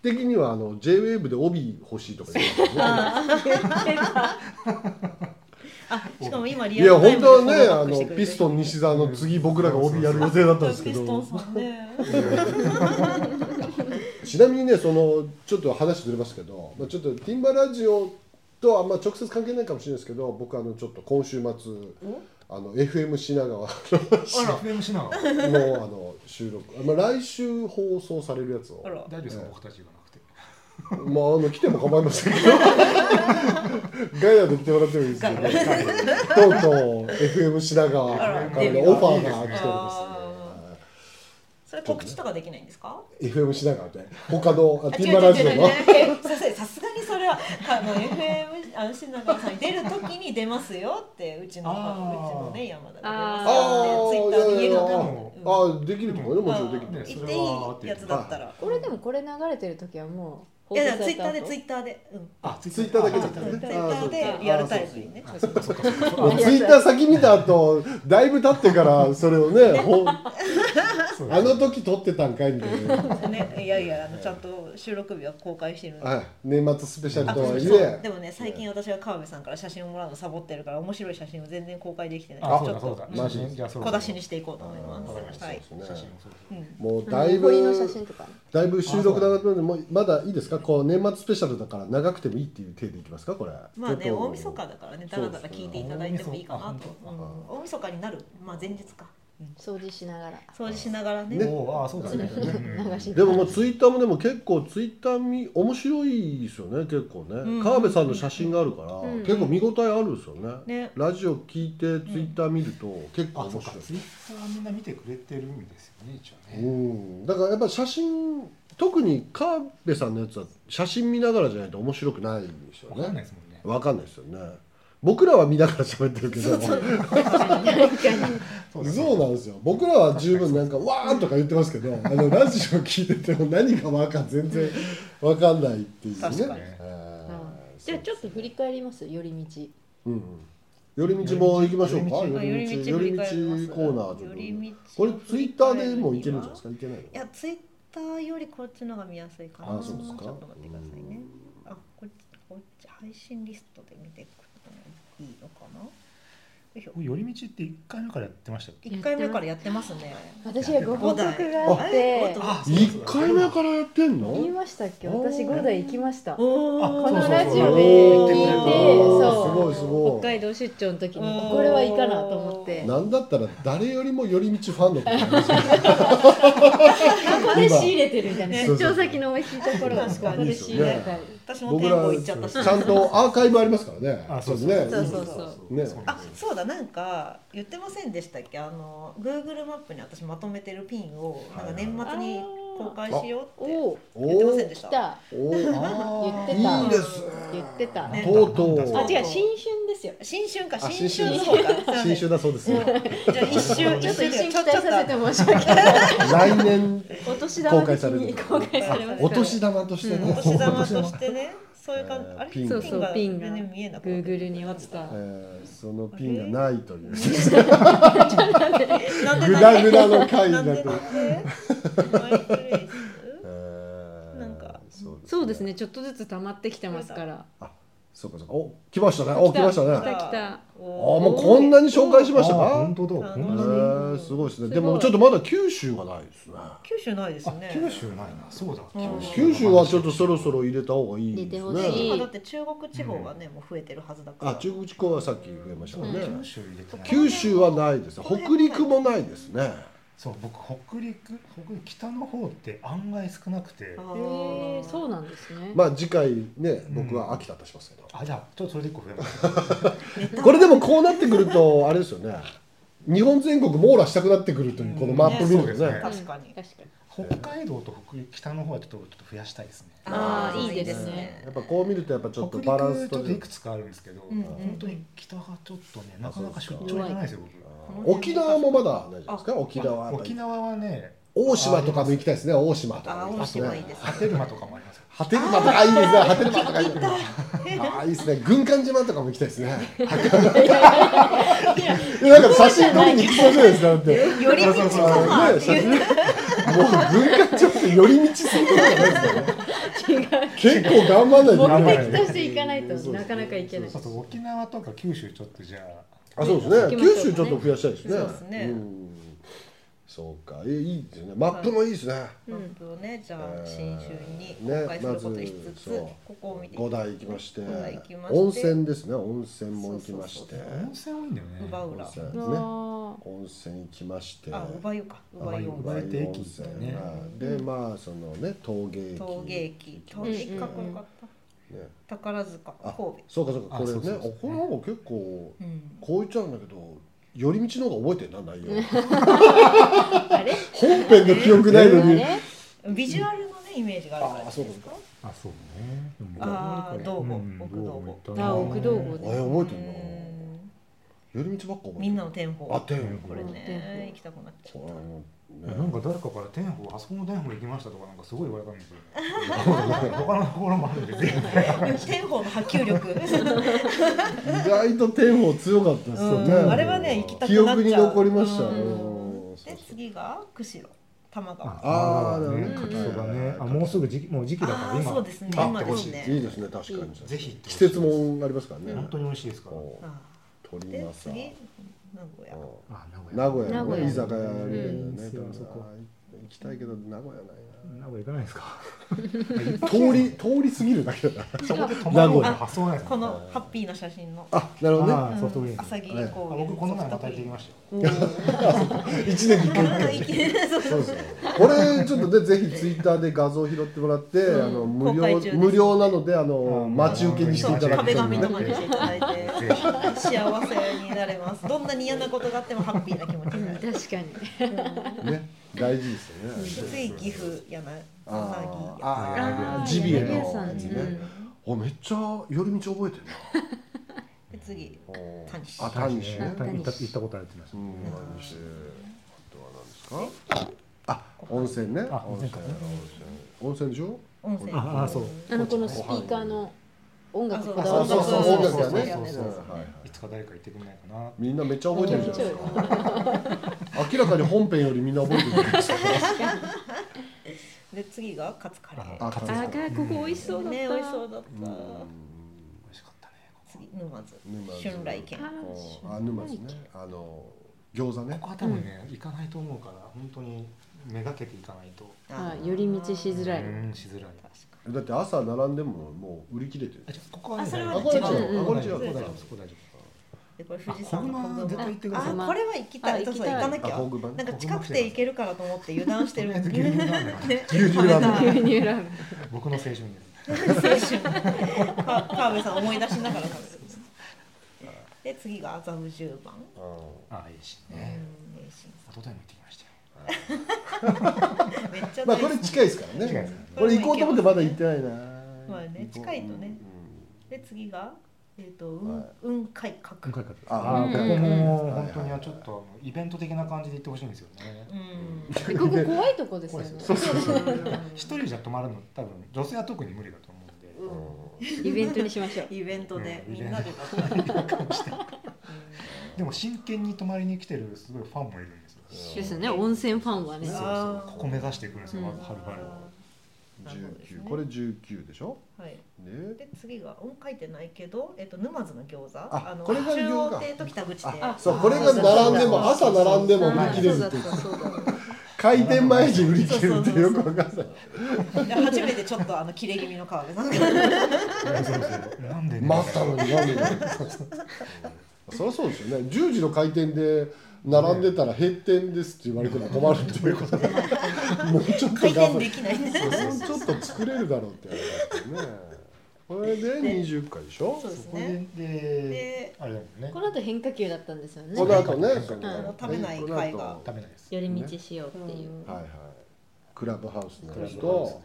的にはあの JWAVE で帯欲しいとか言ってました ね
あしかも今
い
リア
や
ルタイ
本
ム
当はねあ
でフォローバックしてく
の
れて
ピストン西澤の次僕らが帯やる予定だったんですけ
ピストン
ど
さんね。
ちなみにねそのちょっと話ずれますけど、まあ、ちょっとティンバラジオとはあんま直接関係ないかもしれないですけど僕あのちょっと今週末あの FM 品川
あら、FM しなが ら。大
のあの収録、あまあ、来週放送されるやつを
あら
丈夫ですか、僕たちがなくて。
まああの来ても構いませんけど ガイアで来てもらってもいいですけどとうとう FM 品川からのオフ
あら
ァーが来ておりま
それ告知とかできないんですか？
すね FM 品川で他のあ
あ
ティンバラジオの
違う違う違う違うさすさすがにそれはあの FM あの品川さんに出るときに出ますよってうちのう
あー
ちのね山田
ああ
が出ますよってツイッターで言えるのかも
ああーできると思うよ
うん
もちろんできると思
まあ
う
言っ
ね
ていいやつだったら
これでもこれ流れてる時はもう
いやだからツイッターでツイ
イ
ッターでうん
あ、ツ
ツイッターだけだ
ツ
っ
イ
たね
ッタ
あそ
ー
う
でリアルタイムにね
そっかそっかそっか。
もうツイッター先見た後だいぶ経ってからそれをねほんあ
そうだね
の時撮ってたんかいみたいな、
ねいやいやあのちゃんと収録日は公開してるんで
はい、年末スペシャル
あ
と
そ
は
う
い
そうで
え
もね最近私は川辺さんから写真をもらうのサボってるから面白い写真を全然公開できてない
あ、
の
そ
でちょ
うだ
っ
そうだ
と。
写真じゃあそろそ
小
ろ
出しにしていこうと思いま
わかりまし
す
た。
はい
そうです
写
ね
真もそうです
う
ね。
ん
もうだいぶ
残りの写真とかね
だいぶ収録長くなるもうまだいいですかこう年末スペシャルだから長くてもいいっていう手でいきますかこれ
まあ
ち
ね
ょっと
大晦日だからねだらだら聞いていただいてもいいかな
そうです
と、
ね
うん、大晦日になるまあ前日か
掃除しながら
掃除しながらね
おお、あ、そうだね。
流し
でももうツイッターもでも結構ツイッターみ面白いですよね結構ね、
ん
川辺さんの写真があるから、
うん
結構見応えあるんですよね
ね
ラジオ聞いてツイッター見ると結構
あ、そ
面
うか。
白い
ツイッターみんな見てくれてるんですよね、一応
う
ね。
んだからやっぱ写真特に川辺さんのやつは写真見ながらじゃないと面白くないんですよ
わかんない
ね
ですもんね。
わかんないですよね僕らは見ながら喋ってるけど
そうです
そうなんですよ僕らは十分なんか「わー」とか言ってますけどあのラジオ聞いてても何がわか全然わかんないっていうね
確かに
えー
じゃあちょっと振り返ります寄り道
うんうん寄り道も行きましょうか
あ
寄り道寄り道コーナーちょ
寄り
っ
道
とこれツイッターでもいけるんじゃないですかいけないの
いやツイッターよりこっちのが見やすいかな
あそうですか
ちょっと待ってくださいねあこっちこっち配信リストで見ていくのがいいのかなよいしょ
寄り道って一回目からやってましたっけ。
一回目からやってますね
私はご報告があっ
五
て
台あ
1回目からやってん
言い
の
ましたっけ私5台行きましたこ
おー
そう
の
そうそう
ラジオで聞い
お
て
ー
そ
すご
う
いすすごい
北海道出張の時
う
に
ん
これはいいかなと思って
なんだったら誰よりも寄り道ファンのことなん ですよ
ここで仕入れてるみたいな
今
出張先の美味しいところをこ
確かに
こで仕入れ
いいです
た
よ
い
私も
僕
店
ら
舗行っちゃったし
ちゃんとアーカイブありますからね
あそうそう
ね
そうそうそう
ね
あそうだなんか言ってませんでしたっけあの Google マップに私まとめてるピンをなんか年末に公開しようって
おお
言ってま
お
せんでし
来
た
た
おあー
言ってた
いいですね
言ってたあ
ね
とうと
違
う
う新春ですよ
新春か
あ
新春
新
の
春
方か
新種だそう ですよ
じゃあ一周
ちょっと一瞬期
ちょっ
待
と
させて申し訳ない
来年
お年
公
玉
開
的
され
に
る
公開されます
お年玉としてね、
お年玉としてねそういう感じ
えー
あれ
ピン
そうそうピンが
ね見えなくなってる
Google に落ちた
えーそのピンがないという
なんで
グ
な
ダ
んで
グダの回に
な
なんって
で
る
なんでマイクレイズ
えー
なんか
そうですねちょっとずつ溜まってきてますから
そうかそうかお来ましたねお来ましたね
来た
あ
来た
ーもうこんなに紹介しましたか
本当だ。
あ
え
本当だ。
ーすごいですねで
すご
も
い
ちょっとまだ九州がないですね
九州ないです
あ
ね
九州ないな。そうだ。
九州はちょっとそろそろ入れた方がいいですね
入れてほ
ね
しい
今だって中国地方はねもう増えてるはずだから
あ中国地方はさっき増えましたもんね、
九州入れてない。
九州はないです北陸もないですね
そう僕北陸北陸北の方って案外少なくて
あ。
え
ー
ーそうなんですね
まあ次回ね僕は秋田としますけど、
あじゃあちょっとそれで一個増えました。
これでもこうなってくるとあれですよね日本全国網羅したくなってくるというこのマップ見ると
うんねそうです
ね
ね
確かに
確かに
北海道と北陸北の方はちょっとちょっと増やしたいですね。
あーいいですす
ね
ね
やっぱこう見るとやっぱちょっと
北陸
バランス
ちょ
取
っと
れ
い
る
くつかあるんですけど、
うんうん
本当に北がちょっとねなかなか出張行かないですよ僕。
沖縄もまだないじゃないですか沖縄はやっぱ
沖
り
縄はね
大島とかも行きたいですね大島とか
あ
も行
大
きた
島い
い
い
で
ですす
ね
波照間とかもありますよ。
波照間とかいいですね波照間とかいいですねあーいいですね軍艦島とかも行きたいですね いやなんか写真撮りに行きそうじゃないですかだって
寄り道か
ね写真もう軍艦島って寄り道することじゃないですよね結構頑張らな
目
いといけない
的として行かないとなかなか行けない
そうそう沖縄とか九州ちょっとじゃあ。
あそうですね
行きましょう
九州ちょっと増やしたいですね
そうですね
んそうかえいいですねマップもいいですね
マップをねじゃ
え
あ
ー
新春に公開することにしつつ、
ねまずそう
ここを見て
五台行きまして
五台行きまして
温泉ですね温泉も行きまして
そうそう
温泉多いんだよね。
ウバウ
温
ラ
泉ですね
あ
温泉行きまして
あウバユかウバユ
ウ
温
バ
泉
湯
湯温泉
駅ね
はいでまあそのね陶芸駅
陶芸駅陶
行き
芸
まし
駅かっこよかっ
た
た、
ね
宝塚
あ
神戸
そうかそうか
あ
これ
そうそう
ね
そう
おこれなんか結構
うん
こう言っちゃうんだけど寄り道の方が覚えてんな内容
ーあれ
本編の記憶ないの
あ
に
れ
ビジュアルのねイメージがあるから
あそうかそうか
あ、そうね。でも
あーどうも奥どうも
どう
あ
も行
奥
った
道後
あれ
ね
で
覚えて
うんん
な寄り道ばっか覚えてる
みんなの天保
あ天保
これね
うん
行きたくなっちゃ
こ
っ
れもね
なんか誰かから天保あそこの天保行きましたとかなんかすごい言われたんですよ。他のところもあるんでぜ
たでも天保の波及力
意外と天保強かったですよね、
うんあれはね行きたくなっちゃう
記憶に残りましたよ、
うん
そうそ
で
う
次が釧路玉川
あー
ね、
なるほど
かきそばね。あ、もうすぐ時期もう時期だから
あー
今。
そうですね
行って
今で
ほ
す
しい。
ね
いいですね確かに
ぜひ行ってほし
季
い
節もありますからね、
本当に美味しいですから。
こ
あ
う
ー
鳥
で
正
次名古屋
う
あ、
ん名古屋
名
の
古
ね
屋
居酒屋みたいなね、
うん
多分な
そこ
行きたいけど名古屋ない
名古屋行かないですか。
な通り通り過ぎるだけだな
そこで泊まるような発想ないです
こ
か。
のハッピーな写真の
あなるほど
あ
ね
ーソフトクリーム
朝霧
はい
あ僕この前また行ってきましたよ。
一年に一回行くからねそうですよこれちょっとねぜひツイッターで画像拾ってもらって、あの無
公開
料
中です
無料なのであの、
うん
待ち受けにしていただくとい
壁
う
紙
ね
とかにしていただいて
ぜひ。
幸せになれますどんなに嫌なことがあってもハッピーな気持ちになる
確かに
ね大事ですよね。
次岐阜柳
あー
柳
あ
あ
ー
ー
ジビエの
柳屋さん
やつ
う
ね。おめっちゃ寄り道覚えてる
で次
な。
タニシ
あタニシ
ね
ね。
行った行ったことあるって言っ
う
てました。
んタニシ。あとは何ですか。あ温泉ね。
あ
温
温
泉
泉か
温泉でしょ。
温泉
ああそう
あのこのスピーカーの音楽こ
あ
だ
そ
わ
う
っ
そうそう音
た
楽やね。
そ
そうそ
うそうう
はいはい。
いつか誰か行ってくれないかな。
みんなめっちゃ覚えてるじゃないですか。
覚
明らかに本編よりみんな覚えてるじゃないですか。
で次がカツカレー
あ
あーがここ美味しそうだった
ね美味しそうだっ
うん
た
美味しかったね。
次沼津
沼津
春来県
あ
あ沼津ね。あの餃子ね
こ。こは多分ね、行かないと思うから本当にめがけて行かないと
あー寄り道しづらい
うんしづらい
確か
だって朝並んでももう売り切れてる
あじゃあここは
あそれは
あ
ね
これは
違う
違う。あこれ違う。
うんうん
ここ大丈夫そこ大丈
でこれ富士山
あ
の
こんな絶対行ってくだ
さい
あこれは行きたい
あ
そうそ
行
う
き
行
たい
かなき
あ
ゃ
本熊
なんか近くて行けるからと思って油断してる
とりあえず牛乳ラーメン
ね
牛乳ラーメン
食べたい
牛乳ラーメン
夫。僕の青春です。
か川辺さん思い出しながら食べてますで次が麻布十番
う
あいいし
うん
ね。
名神
後でも行ってきましたよ。
めっちゃ
んまあ
大
これ
好き
近いですから
近いで
ね
すね
これ行こうと思ってまだ行ってないな
まあね近いとねで次がえっ、と
はい
雲雲海閣
今回から
あ
あこ
うん
こも
はいはい
本当にちょっとあのイベント的な感じで行ってほしいんですよね。
うん
えここ怖いとこですよね
そうそうそう
うん
一人じゃ泊まるの多分女性は特に無理だと思うんで。
うん
イベントにしましょう
イベントで
うん
みんなでだと
でも真剣に泊まりに来てるすごいファンもいるんですよ。
そうですよね温泉ファンは
そう
ね
そう
あー
ここ目指していくんですよ、
うん
まずはるばるは。
19これ19でしょ
はい
で
で次が音書いてないけどえっ、と沼津の餃子
あ
の
これが餃子
中央亭と北口亭
あ
そうこれが並んでも朝並んでも売り切
そ
れ
う
ず
だ
っ
ってたそうだった
開店前に売り切れるってよくわかんない
で初めてちょっとあの切れ気味の川辺さんが
そうそうなんでね
待ったのになんでだよ そりゃそうですよね10時の開店で並んでたら閉店ですって言われても困るっていうことでもうちょっと
回
頑張る
転できないね
もうちょっと作れるだろうって言われますよねこれで20回でしょ
そうです
そこ
ね
で
で
であれだもんね
この後変化球だったんですよね
この後ねそ
うん食べない会が
食べないです。
寄り道しようっていう、
はいはいクラブハウスの
クラブ
話
ハ
と
ウ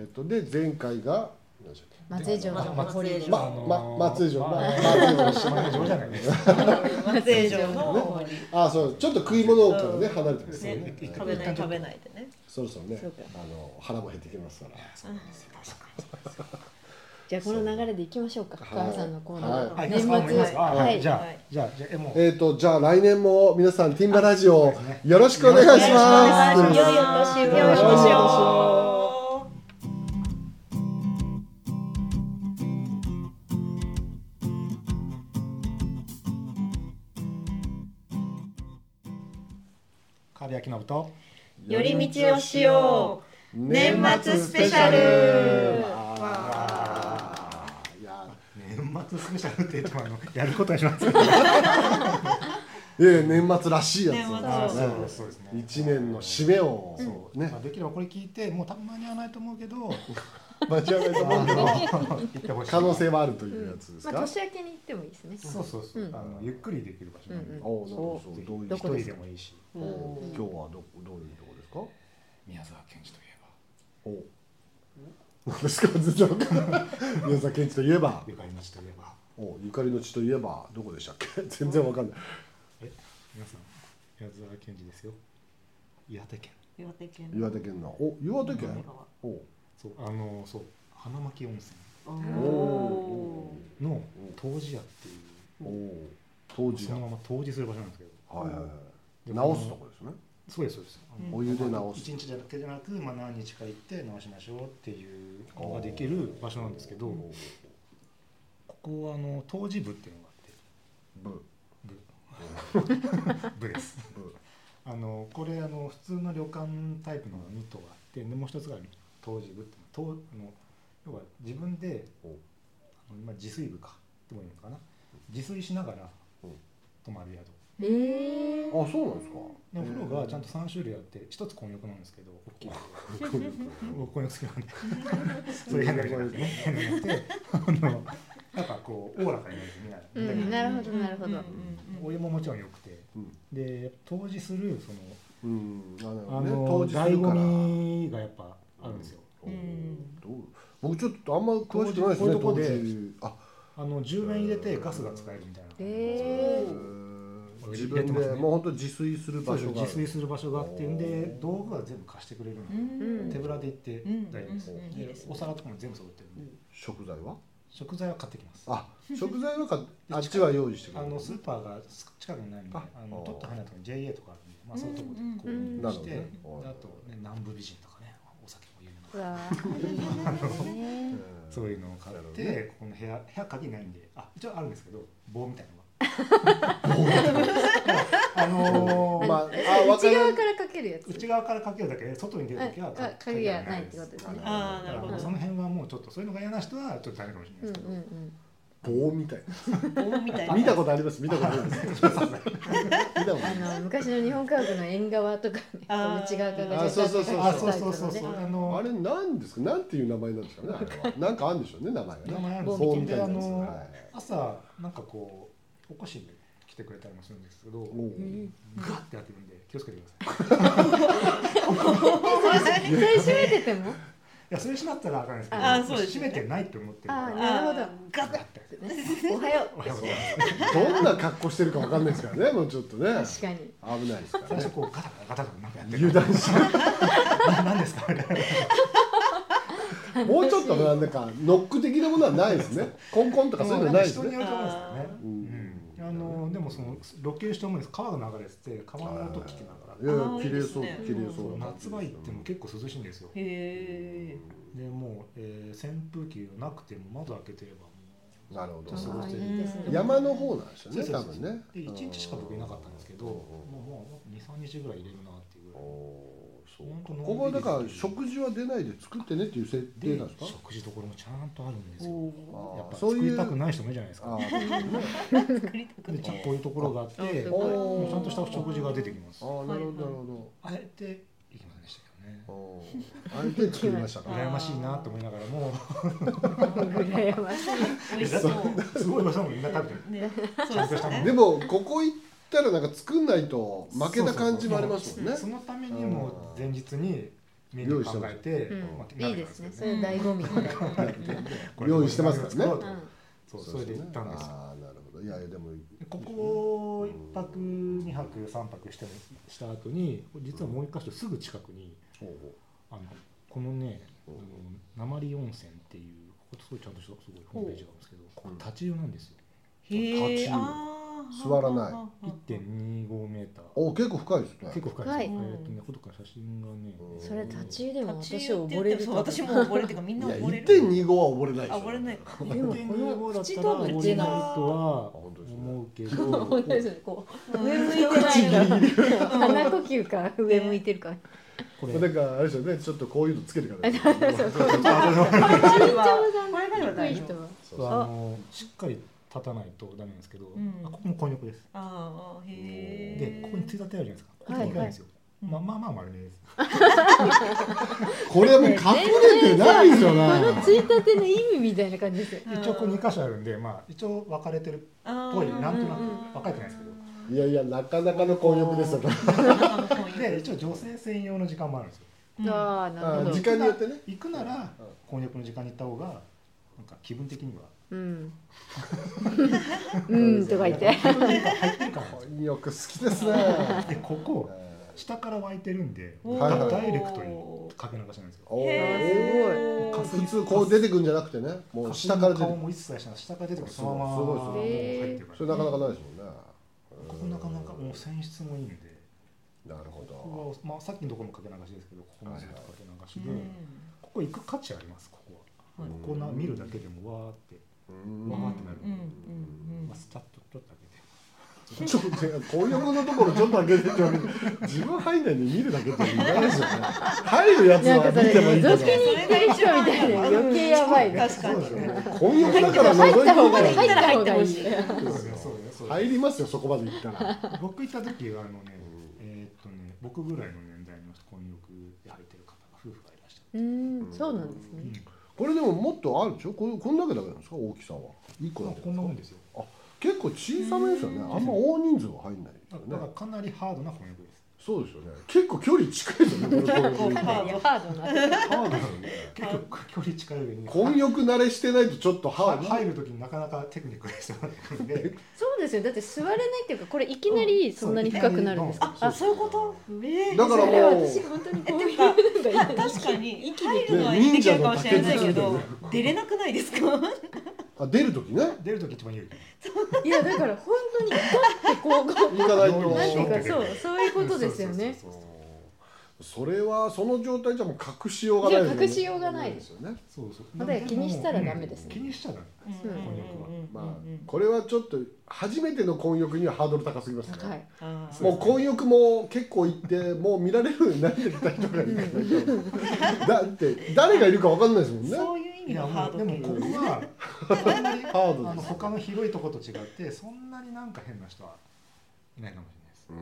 ス
え
で
っとで前回が何でしたっ
松江城の堀
松江
で
け
城
ま
あのー
ま松江城ま
まあ
松江
島根
城
城じゃないです。
松江城の方に
あそうちょっと食い物からね離れてますよね
ね食べない食べないでね
そろそろね
そうか
あの腹も減ってきますから
じゃあこの流れでいきましょうか
はい
川さんのコーナー、
あ、いきま
年
す
末
か。もういきますか。あ
はい
はい、じゃ
は
あ
い、
じゃあ、じゃあ、え、もう。
えー、とじゃあ来年も皆さんティンバラジオ
そうです
よろしくお願いします。
お願いします
良いお年を
よいしましょう
カリアキナブと。
寄り道をしよ
う
年末スペシャル
いや
年末スペシャルって言っても、あの、 やることにします。
いや年末らしいやつ
年末
そうそうですね
一年の締めをね
まあ、できればこれ聞いて、もうたまに合わないと思うけど。
間違えたもんだ
行 ってほしい。
可能性はあるというやつです
まあ
か。
年明けに行ってもいいですね
そうそうそう、
うん
あの、ゆっくりできる場所なんで。
うんうん
おうなるほど
ぜひ
どういう
ど
一
こ
人
ですか
でもいいし。
おう今日はどどういうとこですか。
宮沢賢治といえば。
おう何ですか全然わかんない宮沢賢治といえば
ゆかりの地といえば。
おうゆかりの地といえばどこでしたっけ 全然わかんない。
え、皆さん。宮沢賢治ですよ。岩手県。
岩手県
岩手県のお岩手県おう
そう、あの、そう、花巻温泉。
お
お
お
の湯治屋っていう
おお当時
そ
だ
のまま湯治する場所なんですけど
はいはいはい
で
直すとこですね
そうですそうです
うん
お湯で直す
一日だけじゃなく、まあ、何日か行って直しましょうっていうのができる場所なんですけど
おう
ここはあの湯治部っていうのが
ぶ
あって部部です
ぶ
あのこれあの普通の旅館タイプのが2棟あってでもう一つが湯治部っていうの湯あの要は自分で
おう
あのまあ自炊部かってもいいのかな自炊しながら
うん
泊まる宿
えー、
あそうなんですか
でお風呂がちゃんと3種類あって一つ混浴なんですけど大きい僕混浴好きなんで そういう変な人なんでね変な人であのなんかこうおおらかになる
う
みたいな、
ん、なるほどなるほど、
お湯ももちろん良くて
うん
で湯治するその
うんあの
あ
ね
の
当時す
醍
るから
醐味がやっぱあるんですよ、
おう
うん
どう僕ちょっとあんま詳しくないです
こういう
ね
とこで
当時あ
あの10円入れてガスが使えるみたいな、
え
へ
ー、
ー
お湯
自
入れ
分で
てますね
もう本当自炊する
そ
場
うそう
所があ
自炊
る
する場所があってんで
お
道具は全部貸してくれるので、
ん
手ぶらで行って大丈夫です,
う
で、
んうんいいですね
お皿とかも全部揃ってるんで、
食材は
食材は買ってきます
あ食材はかあっちは用意してく
あ
れる
のスーパーが近くにないので、
あ
あの
あ
ちょっと離れたとこに JA とかあるんで、まあそういうとこで購
うんうん
う
入
ん
して、
なる
で
ほどね
あとね南部美人とかね、お酒も有名な。
うわーいいですね
うん
そういうのを買っ
なるほど
て、
ね
ここの部屋部屋鍵ないんで、あ一応あるんですけど棒みたいなのが。あのー
まああわか
内側
る
からかけ
けるやつ
内側からかけるだけで外に出るときは
ああ鍵がないってことですね
あーな
だ
る
か
ほ
ら
ど
その辺はもうちょっとそういうのが嫌な人はちょっとダメかもしれない
うんうん
ですけど、
うん
棒みたいな
棒みたいな
見たことあります見たことあります見たことあ
あ
ります
の昔の日本家屋の縁側とかねこ
あー
う内側から
あそうそうそう
あそうそうそう
タイプ
そう
のね
あ
あ
の
れなんですかなんていう名前なんですかねあれはなんかあるんでしょうね名前がね
名前あるんです
棒
け
みたい
ど
な
あ
やつ
の、
はい
朝なんかこう起こしに来てくれたりもするんですけど
おう
ガッてやってるんで気をつけてください
絶対閉めてても
いやそれ閉まったらあかんですけど
あ
ーそうです
閉
よね
めてないと思ってるから
あー
ガ
なるほど
あーガッ
ッて
おはよ
おはようございます
どんな格好してるかわかんないですからねもうちょっとね
う確かに
危ないですか
最
ら
初
ね
こうガタガタガタガタなんかやってる
油断し
ななんですかみたいな
もうちょっとなんかノック的なものはないですねコンコンとかそういうのないです
人に
ね
よると思うんですよね
あー
うん
うんあのでもそのロケーションもです川が流れてて川の音聞きなが
い
ら
やい
あ
や
ー
綺麗そう
いいですね
綺麗
そ
そうう
夏場行っても結構涼しいんですよ
へえ
でもう、えー、扇風機がなくても窓開けてればも
なるほ
う
ど
過ごせる
いいですね
山の方なんですよ
そう
ね
そう
多
そう
分ね
で一日しか僕いなかったんですけど
うん
もうもう23日ぐらい入れるなっていうぐらい
おーそう
ほんとのんびり
ここはだから食事は出ないで作ってねっていう設定
で
なんですか
食事どころもちゃんとあるんですよ
お
あ
やっ
ー
ぱ
そう
作
い
り
う
たくない人もいるじゃないです
あ
か
ー
ー作りたくな
でちゃん
い
とこういうところがあって
あー
ち
そ
ゃ
う
おー
んとした食事が出てきます
あーなるほどなるほ
あえて行きませんでしたけどね
どおーあれで作りましたから
あー
羨ましいなと思いながらも
羨ましい
美味しそう
うすごい場所もみんな食べてる
ねそうですね
でもここ行ったらなんか作んないと負けた感じもありますもんね
そのためにもう前日にメニュー考えて、まあ
う
手
ん、いい
軽なん
ですね。
け
そ
ど
れ醍醐味みたいな。
これ
用意してますからね
これ
うん
そうそれで行ったんです
ああなるほどいやいやでも
でここを一泊二泊三泊してもした後に実はもう一箇所すぐ近くに
ほうほう
あのこのね
ほうほう
あの鉛温泉っていうここすごいちゃんとしたすごいホームページがあるんですけどここ立ち湯なんですよ
へえ
立ち
あー
座らない
1.25メーター
お結構深いですね
結構深いですよ、
深い
えーとね、ほどか写真がね、
うん
それ立ち入れも
立ち
私
入
溺
って言って
れ
も
る
そ
と
う
思う。
私も溺れてかみん
い
な
や
溺れる
1.25は溺れないで
あ
しょ
溺れない
で
もこの口と口
な
が
いとは
本当ですね
思うけ
本
ど
当ですね。こう上向いてないから、鼻呼吸から上向いてるから。
こ
まあ
れ
だからあれですよねちょっとこういうのつけるからね
これ
これが
が
低
大
い
丈
人
夫
は。
あのしっかり立たないとダメなんですけど、
ん
あここも混浴です
あーあー
で
へえ
ここについたてあるじゃないですかここ
はい
でかいんですよ、まあまあまあ丸めです
これもう隠れてないですよね
ついたての意味みたいな感じですよ。
一応こう2箇所あるんでまあ一応分かれてるっぽいなんとなく分かれてないですけど
いやいやなかなかの混浴ですよね
で一応女性専用の時間もあるんですよ
ああ、なる
あ
ほ
ー
ど
時。間によってね
行くなら混浴の時間に行った方がなんか気分的には
うん。うんとか言って。
気分的に入ってるから
混浴好きですね
でここ
え
下から湧いてるんで、
お
ー
ダイレクトにかけ流しなんですよ
ー。おー
へー
すごい
普通こう出てくるんじゃなくてねもう下から出てく
顔
る
も一切しない下から出てくる
そ
そうのまま
すごい
も
す
う
ごい
入ってる
そ
か
れ
ら
なかなかないですもんね
ここなかなかもう泉質もいいんで
なるほど
ここは、まあ、さっきのところもかけ流しですけどここもずっとかけ流しで、ここ行く価値ありますここは、
はい
ここな見るだけでもわーって
うん
わーってなる、
うん
まあ、スタッとちょっと開けて
ちょっと混浴のところちょっと開けてってわけで自分入んないで見るだけって意外ですよね入るやつ
なん
は
かそれ
見てもいいけど
覗きに行く人みたいな余計やばいね。
確か
そう
に
ですよね
混浴だから覗いた方がいい
入った方がいい。
そうですよねそうですよね
入りますよそこまで行ったら
僕行った時はあのねえーっとね僕ぐらいの年代の混浴で入ってる方が夫婦がいらっしゃる
うん、そうなんですね。
これでももっとあるでしょこれこんだけだけなんですか大きさは一個だ
まあ
け
こんなもんですよ
結構小さめですよねあんま大人数は入んないです
だ
よ
から
ね
かなりハードな翻訳です。
そうですよね結構距離近いですよねこれ混浴
いや、ハードな。
ハードですよね
結構距離近い上に。
混浴慣れしてないとちょっとハ
は
ード
入るときになかなかテクニックが必要なんで。
そうですよ。だって座れないっていうか、これいきなりそんなに深くなるんですか。
あそういうことえ
だから
それは
もう
私本当にこう
え
い
て
うの
か
がいい
確かに入るのはいいできるかもしれないけど出れなくないですか
あ出る時ね
出るとき一番有利。
いやだから本当にガッてこうこ
行かないと
うなんていう
そ
か
う
そうそういうことですよね
そうそうそうそう
それはその状態じゃもう隠しようがないよね
いや隠しようがない
ですよね
そうそう
まだ
なんで
気にしたらダメです
うん
ね
気にしちゃダメ
うんうんうんうん
まあ
うん
これはちょっと初めての混浴にはハードル高すぎますね
高い
あー
もう混浴も結構行ってもう見られるようになってきた人がいるから だって誰がいるか分かんないですもんね
そういう意味
いや
のハ
も
ー
う
ド
で
ル
もここは
ハード
あ
で
の
す
他の広いとこと違ってそんなになんか変な人はいないかもしれないです
うー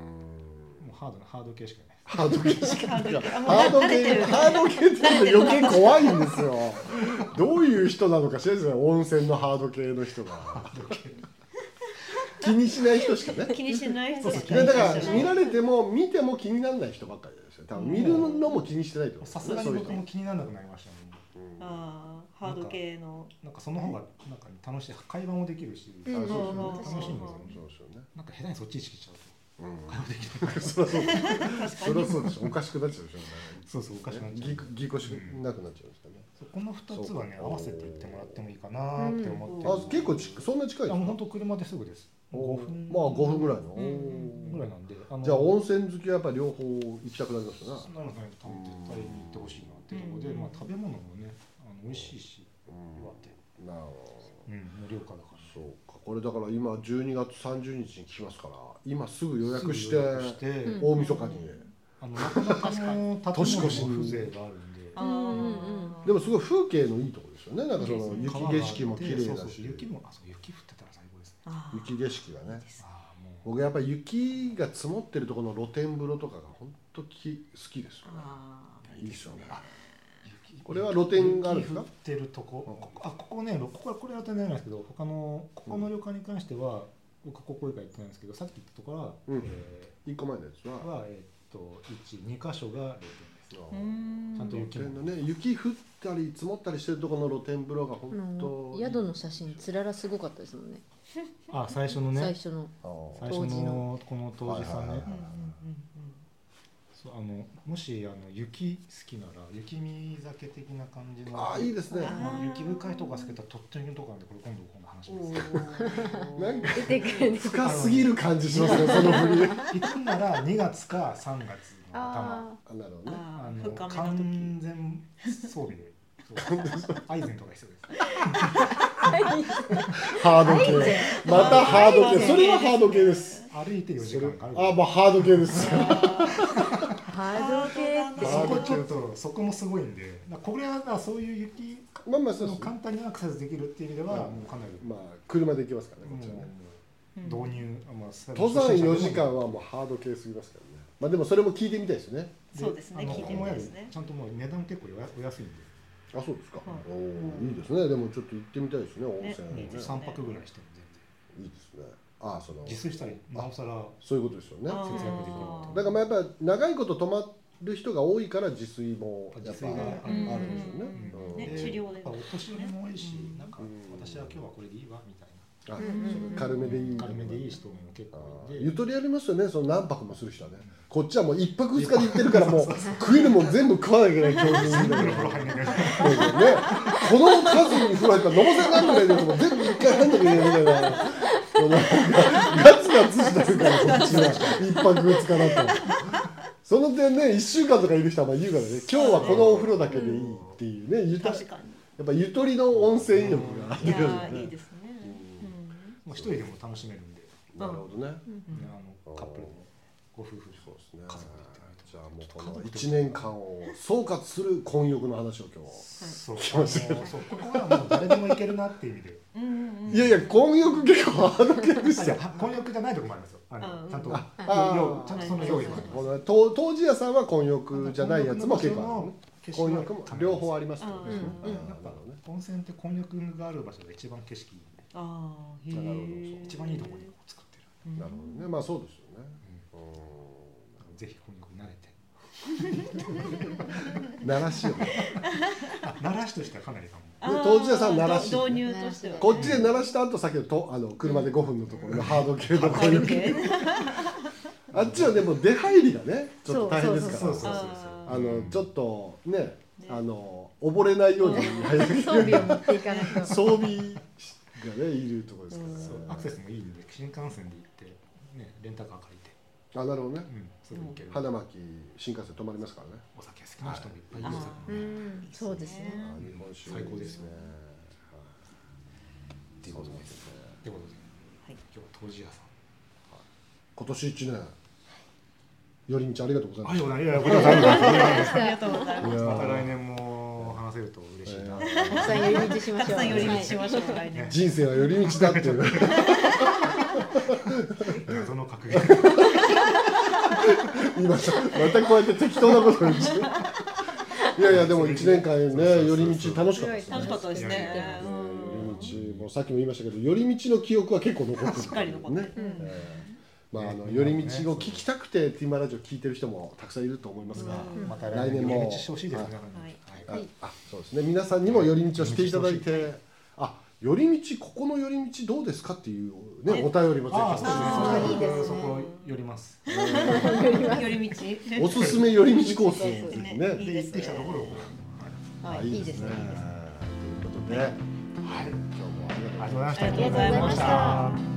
ん
もうハードなハード系しかいない
ハード系しか
ハード系あもう
ハード
慣れて
系
る
ハード系って余計怖いんですよ どういう人なのか知らないですよ温泉のハード系の人が気にしない人しかね
気にしない人
そう
し
そう
か
ね、
い
だ
な
か
い
ら見られても見ても気にならない人ばっかりですよ多分見るのも気にしてないと思う
さすがに僕も気にならなくなりましたね
あーハード系の
なんかその方がなんか楽しい会話もできるし
うん
楽しいですよ
うん
ね楽しいんですよね
そうですよね
なんか下手にそっち意識しちゃう
うん
と会話できない
そりゃそうでしょそりゃそうでし
確かに
ょおかしくなっちゃうでしょ
そうそうおかしくなっちゃ
ぎ
う
ぎこしなくなっちゃうんですかね、
そうこの二つはね
そう
合わせて言ってもらってもいいかなって思って
うん
る
あ結構ちそんな近い
あ
で
もう
す
本
か
当車ですぐです
お
5分
まあ5分ぐらいの、
うんうん
ぐらいなんであの
じゃあ温泉好きはやっぱり両方行きたくなりますよね
そんなのね多分絶対に行ってほしいなっていうところで、
うん
まあ、食べ物もねあの美味しいし岩手、
なるほど
うん、盛岡だから
そうかこれだから今12月30日に来ますから今すぐ予約して
予約して、
うん
大晦日に、
あのなかなかの
年
年
越
越
し
し
に
風情があるんで
あ
うんうん
でもすごい風景のいいところですよねなんかその雪景色も綺麗
そ
だ
うそう
し
雪もあそう雪降ってたら最高ですね
ー
雪景色がね
ああもう
僕やっぱり雪が積もってるところの露天風呂とかが本当き好きですよね
あー
いいですよね
雪
これは露店があるんですか
雪降ってるとこ
うん
ここあここねここはこれは露店じゃないですけど他のここの旅館に関しては僕ここ以外行ってないんですけどさっき言ったところは、
うん
え
一個前のやつ
ー
は
はえーっと12箇所が露店です
あの
うーん
ちゃんと
露天のね雪降ったり積もったりしてるところの露天風呂が本当
うん宿の写真つららすごかったですもんね
あ最初のね
最初の
あ
最初
当時
のこの当時さん
はいはい
ね
は
う
い
んうんうん
そうあのもしあの雪好きなら雪見酒的な感じの
ああいいですね
あの雪深いとこが好きだったら鳥取のとこなんでこれ今度今度話し
うんお
ます
ー
なんか
出てくるね
深すぎる感じしますねその振り
行くなら2月か3月の頭
あ
あなるほどね
あ
あ
ー
の
深めの
完全装備で そうアイゼンとか必要で
ハード系またハード系それはハード系です
す歩いて4時間かかる
あもうハード系です
あハード系って
でそ
ハード
こちょっとそこもすごいんでだからこれはだからそういう雪
まあまあそうで
の
すね
簡単にアクセスできるっていう意味ではもうかなり
まあ車で行きますからねこ
も
っちはね
時
う導入あまあ
登山4時間はもうハード系すぎますからねまあでもそれも聞いてみたいですね
そうですね
あの
聞いてみたいですね
ちゃんともう値段結構おやお安いんで、
あそうですか、
はい
おおいいですねでもちょっと行ってみたいですね温泉
ね
ね
いいです
三泊ぐらいしても全
いいですねああその
然自炊したりなおさら
そういうことですよね
あー
節約できると
だからまあやっぱ長いこと泊まる人が多いから自炊もやっぱ
自炊が
ある
ね
んでしょうね
うん
うん
ね治療で
やっぱお年寄りも多いし、
うん
なんか私は今日はこれでいいわみたいな
あ
ん
軽めでいい
軽めでいい人も結
あ
構
ー
いるん
ゆ
で
とりありますよねその何泊もする人はねこっちはもう一泊二日で行ってるからもう食いのもん全部食わなきゃいけない教授みたいなねこの数に風呂入ったらのぼせになるぐらいでもう全部一回入んなきゃいけないみたいなもうなんかガツガツしてるからこっちは一泊二日だとその点ね一週間とかいる人はまあ言うからね今日はこのお風呂だけでいいっていうねゆたや
確かに
っぱゆとりの温泉浴がある
い
よ
やーいい
ね
ですねうん
まあ一人でも楽しめるんで、ね、
なるほどね
あのカップルでもご夫婦で
そう
も
ですね。
家族で行ってもいいと
じゃあ
思
も
う
うこ
ちょっと
の
家族
一年間を総括する婚欲の話を今
そう
来ました
あのそうここはもう誰でも行けるなっていう意味で
うんうんうん
日。いやいや婚欲結構ハード系で
あ
し
い
た
や
よ。
婚約じゃないとこもありますよあの、
うん
ちゃんと
あ
用意ちゃんとその用意もあります
この当当事屋さんは婚欲じゃないやつも結構ある。婚欲も両方あ
り
りますよね。
うん
やっぱ温泉って婚約がある場所が一番景色いいんで
ああ、へ
なるほど
え。
一番いいところに作ってる
うん
なるほどね。まあそうですよね。
だからぜひ婚約に慣れて
うん鳴らしよね。
あ奈良市としてはかなりかも
あー
当事者さん鳴らし
導入としては。
こっちで鳴らした後先ほどとあの車で5分のところのハード系の婚
あ
欲。 あっちはでも出入りがねちょっと大変ですから。
そうそうそう
あ
あのちょっとね
ね
あの溺れない ように入る
装備を持っていかないと
装備がねいるところですか
うん
そう
ら
アクセスもいいんで新幹線で行ってねレンタカー借りて
あなるほどね
うん、すぐ行ける。
花巻新幹線止まりますからね
お酒好きな人もいっぱいいる
はい
よ
あー
うんそうですね
あ
う
日本酒
最高ですよ
ね
っていうことですね。ってことで、
はい
今日は当時屋さん。
今年一年よりみちゃんありがとうございま
あ、
し
い
た
や、いや、こちらさんございます。
ありがとうござい
い
ま
や
す。
ー
また来年も話せると嬉しいな。
たくさん寄り道しま
た
しょ
く
う
さん寄り道し
は
ましょう。来年。
人生は寄り道だっていう
謎の格言。
今またこうやって適当なこと言っていやいやでも一年間ね寄り道楽しかったですね
楽しかったですね。
ね
うん
寄り道もうさっきも言いましたけど寄り道の記憶は結構残ってる
しっかり残ってる
ねえーまああの寄り道を聞きたくてティーマラジオ聞いてる人もたくさんいると思いますが、
また
来
来
年
年
も
も。してほしいですね。
あ
はい。
あそうですね皆さんにも寄り道をしていただいてあ寄り道ここの寄り道どうですかっていうねお便りもぜ
ああ、
ひ
そう
いいですね
そこ寄ります。
寄り道。
おすすめ寄り道コースをぜひね
いい
で
で
行っ
す
て
ね
きたところを。
あ
いいいですね
ということで、はい、今日もありがとうございました
ありがとうござい
ありがとうご
ました。
ざいました
ありがとうございました。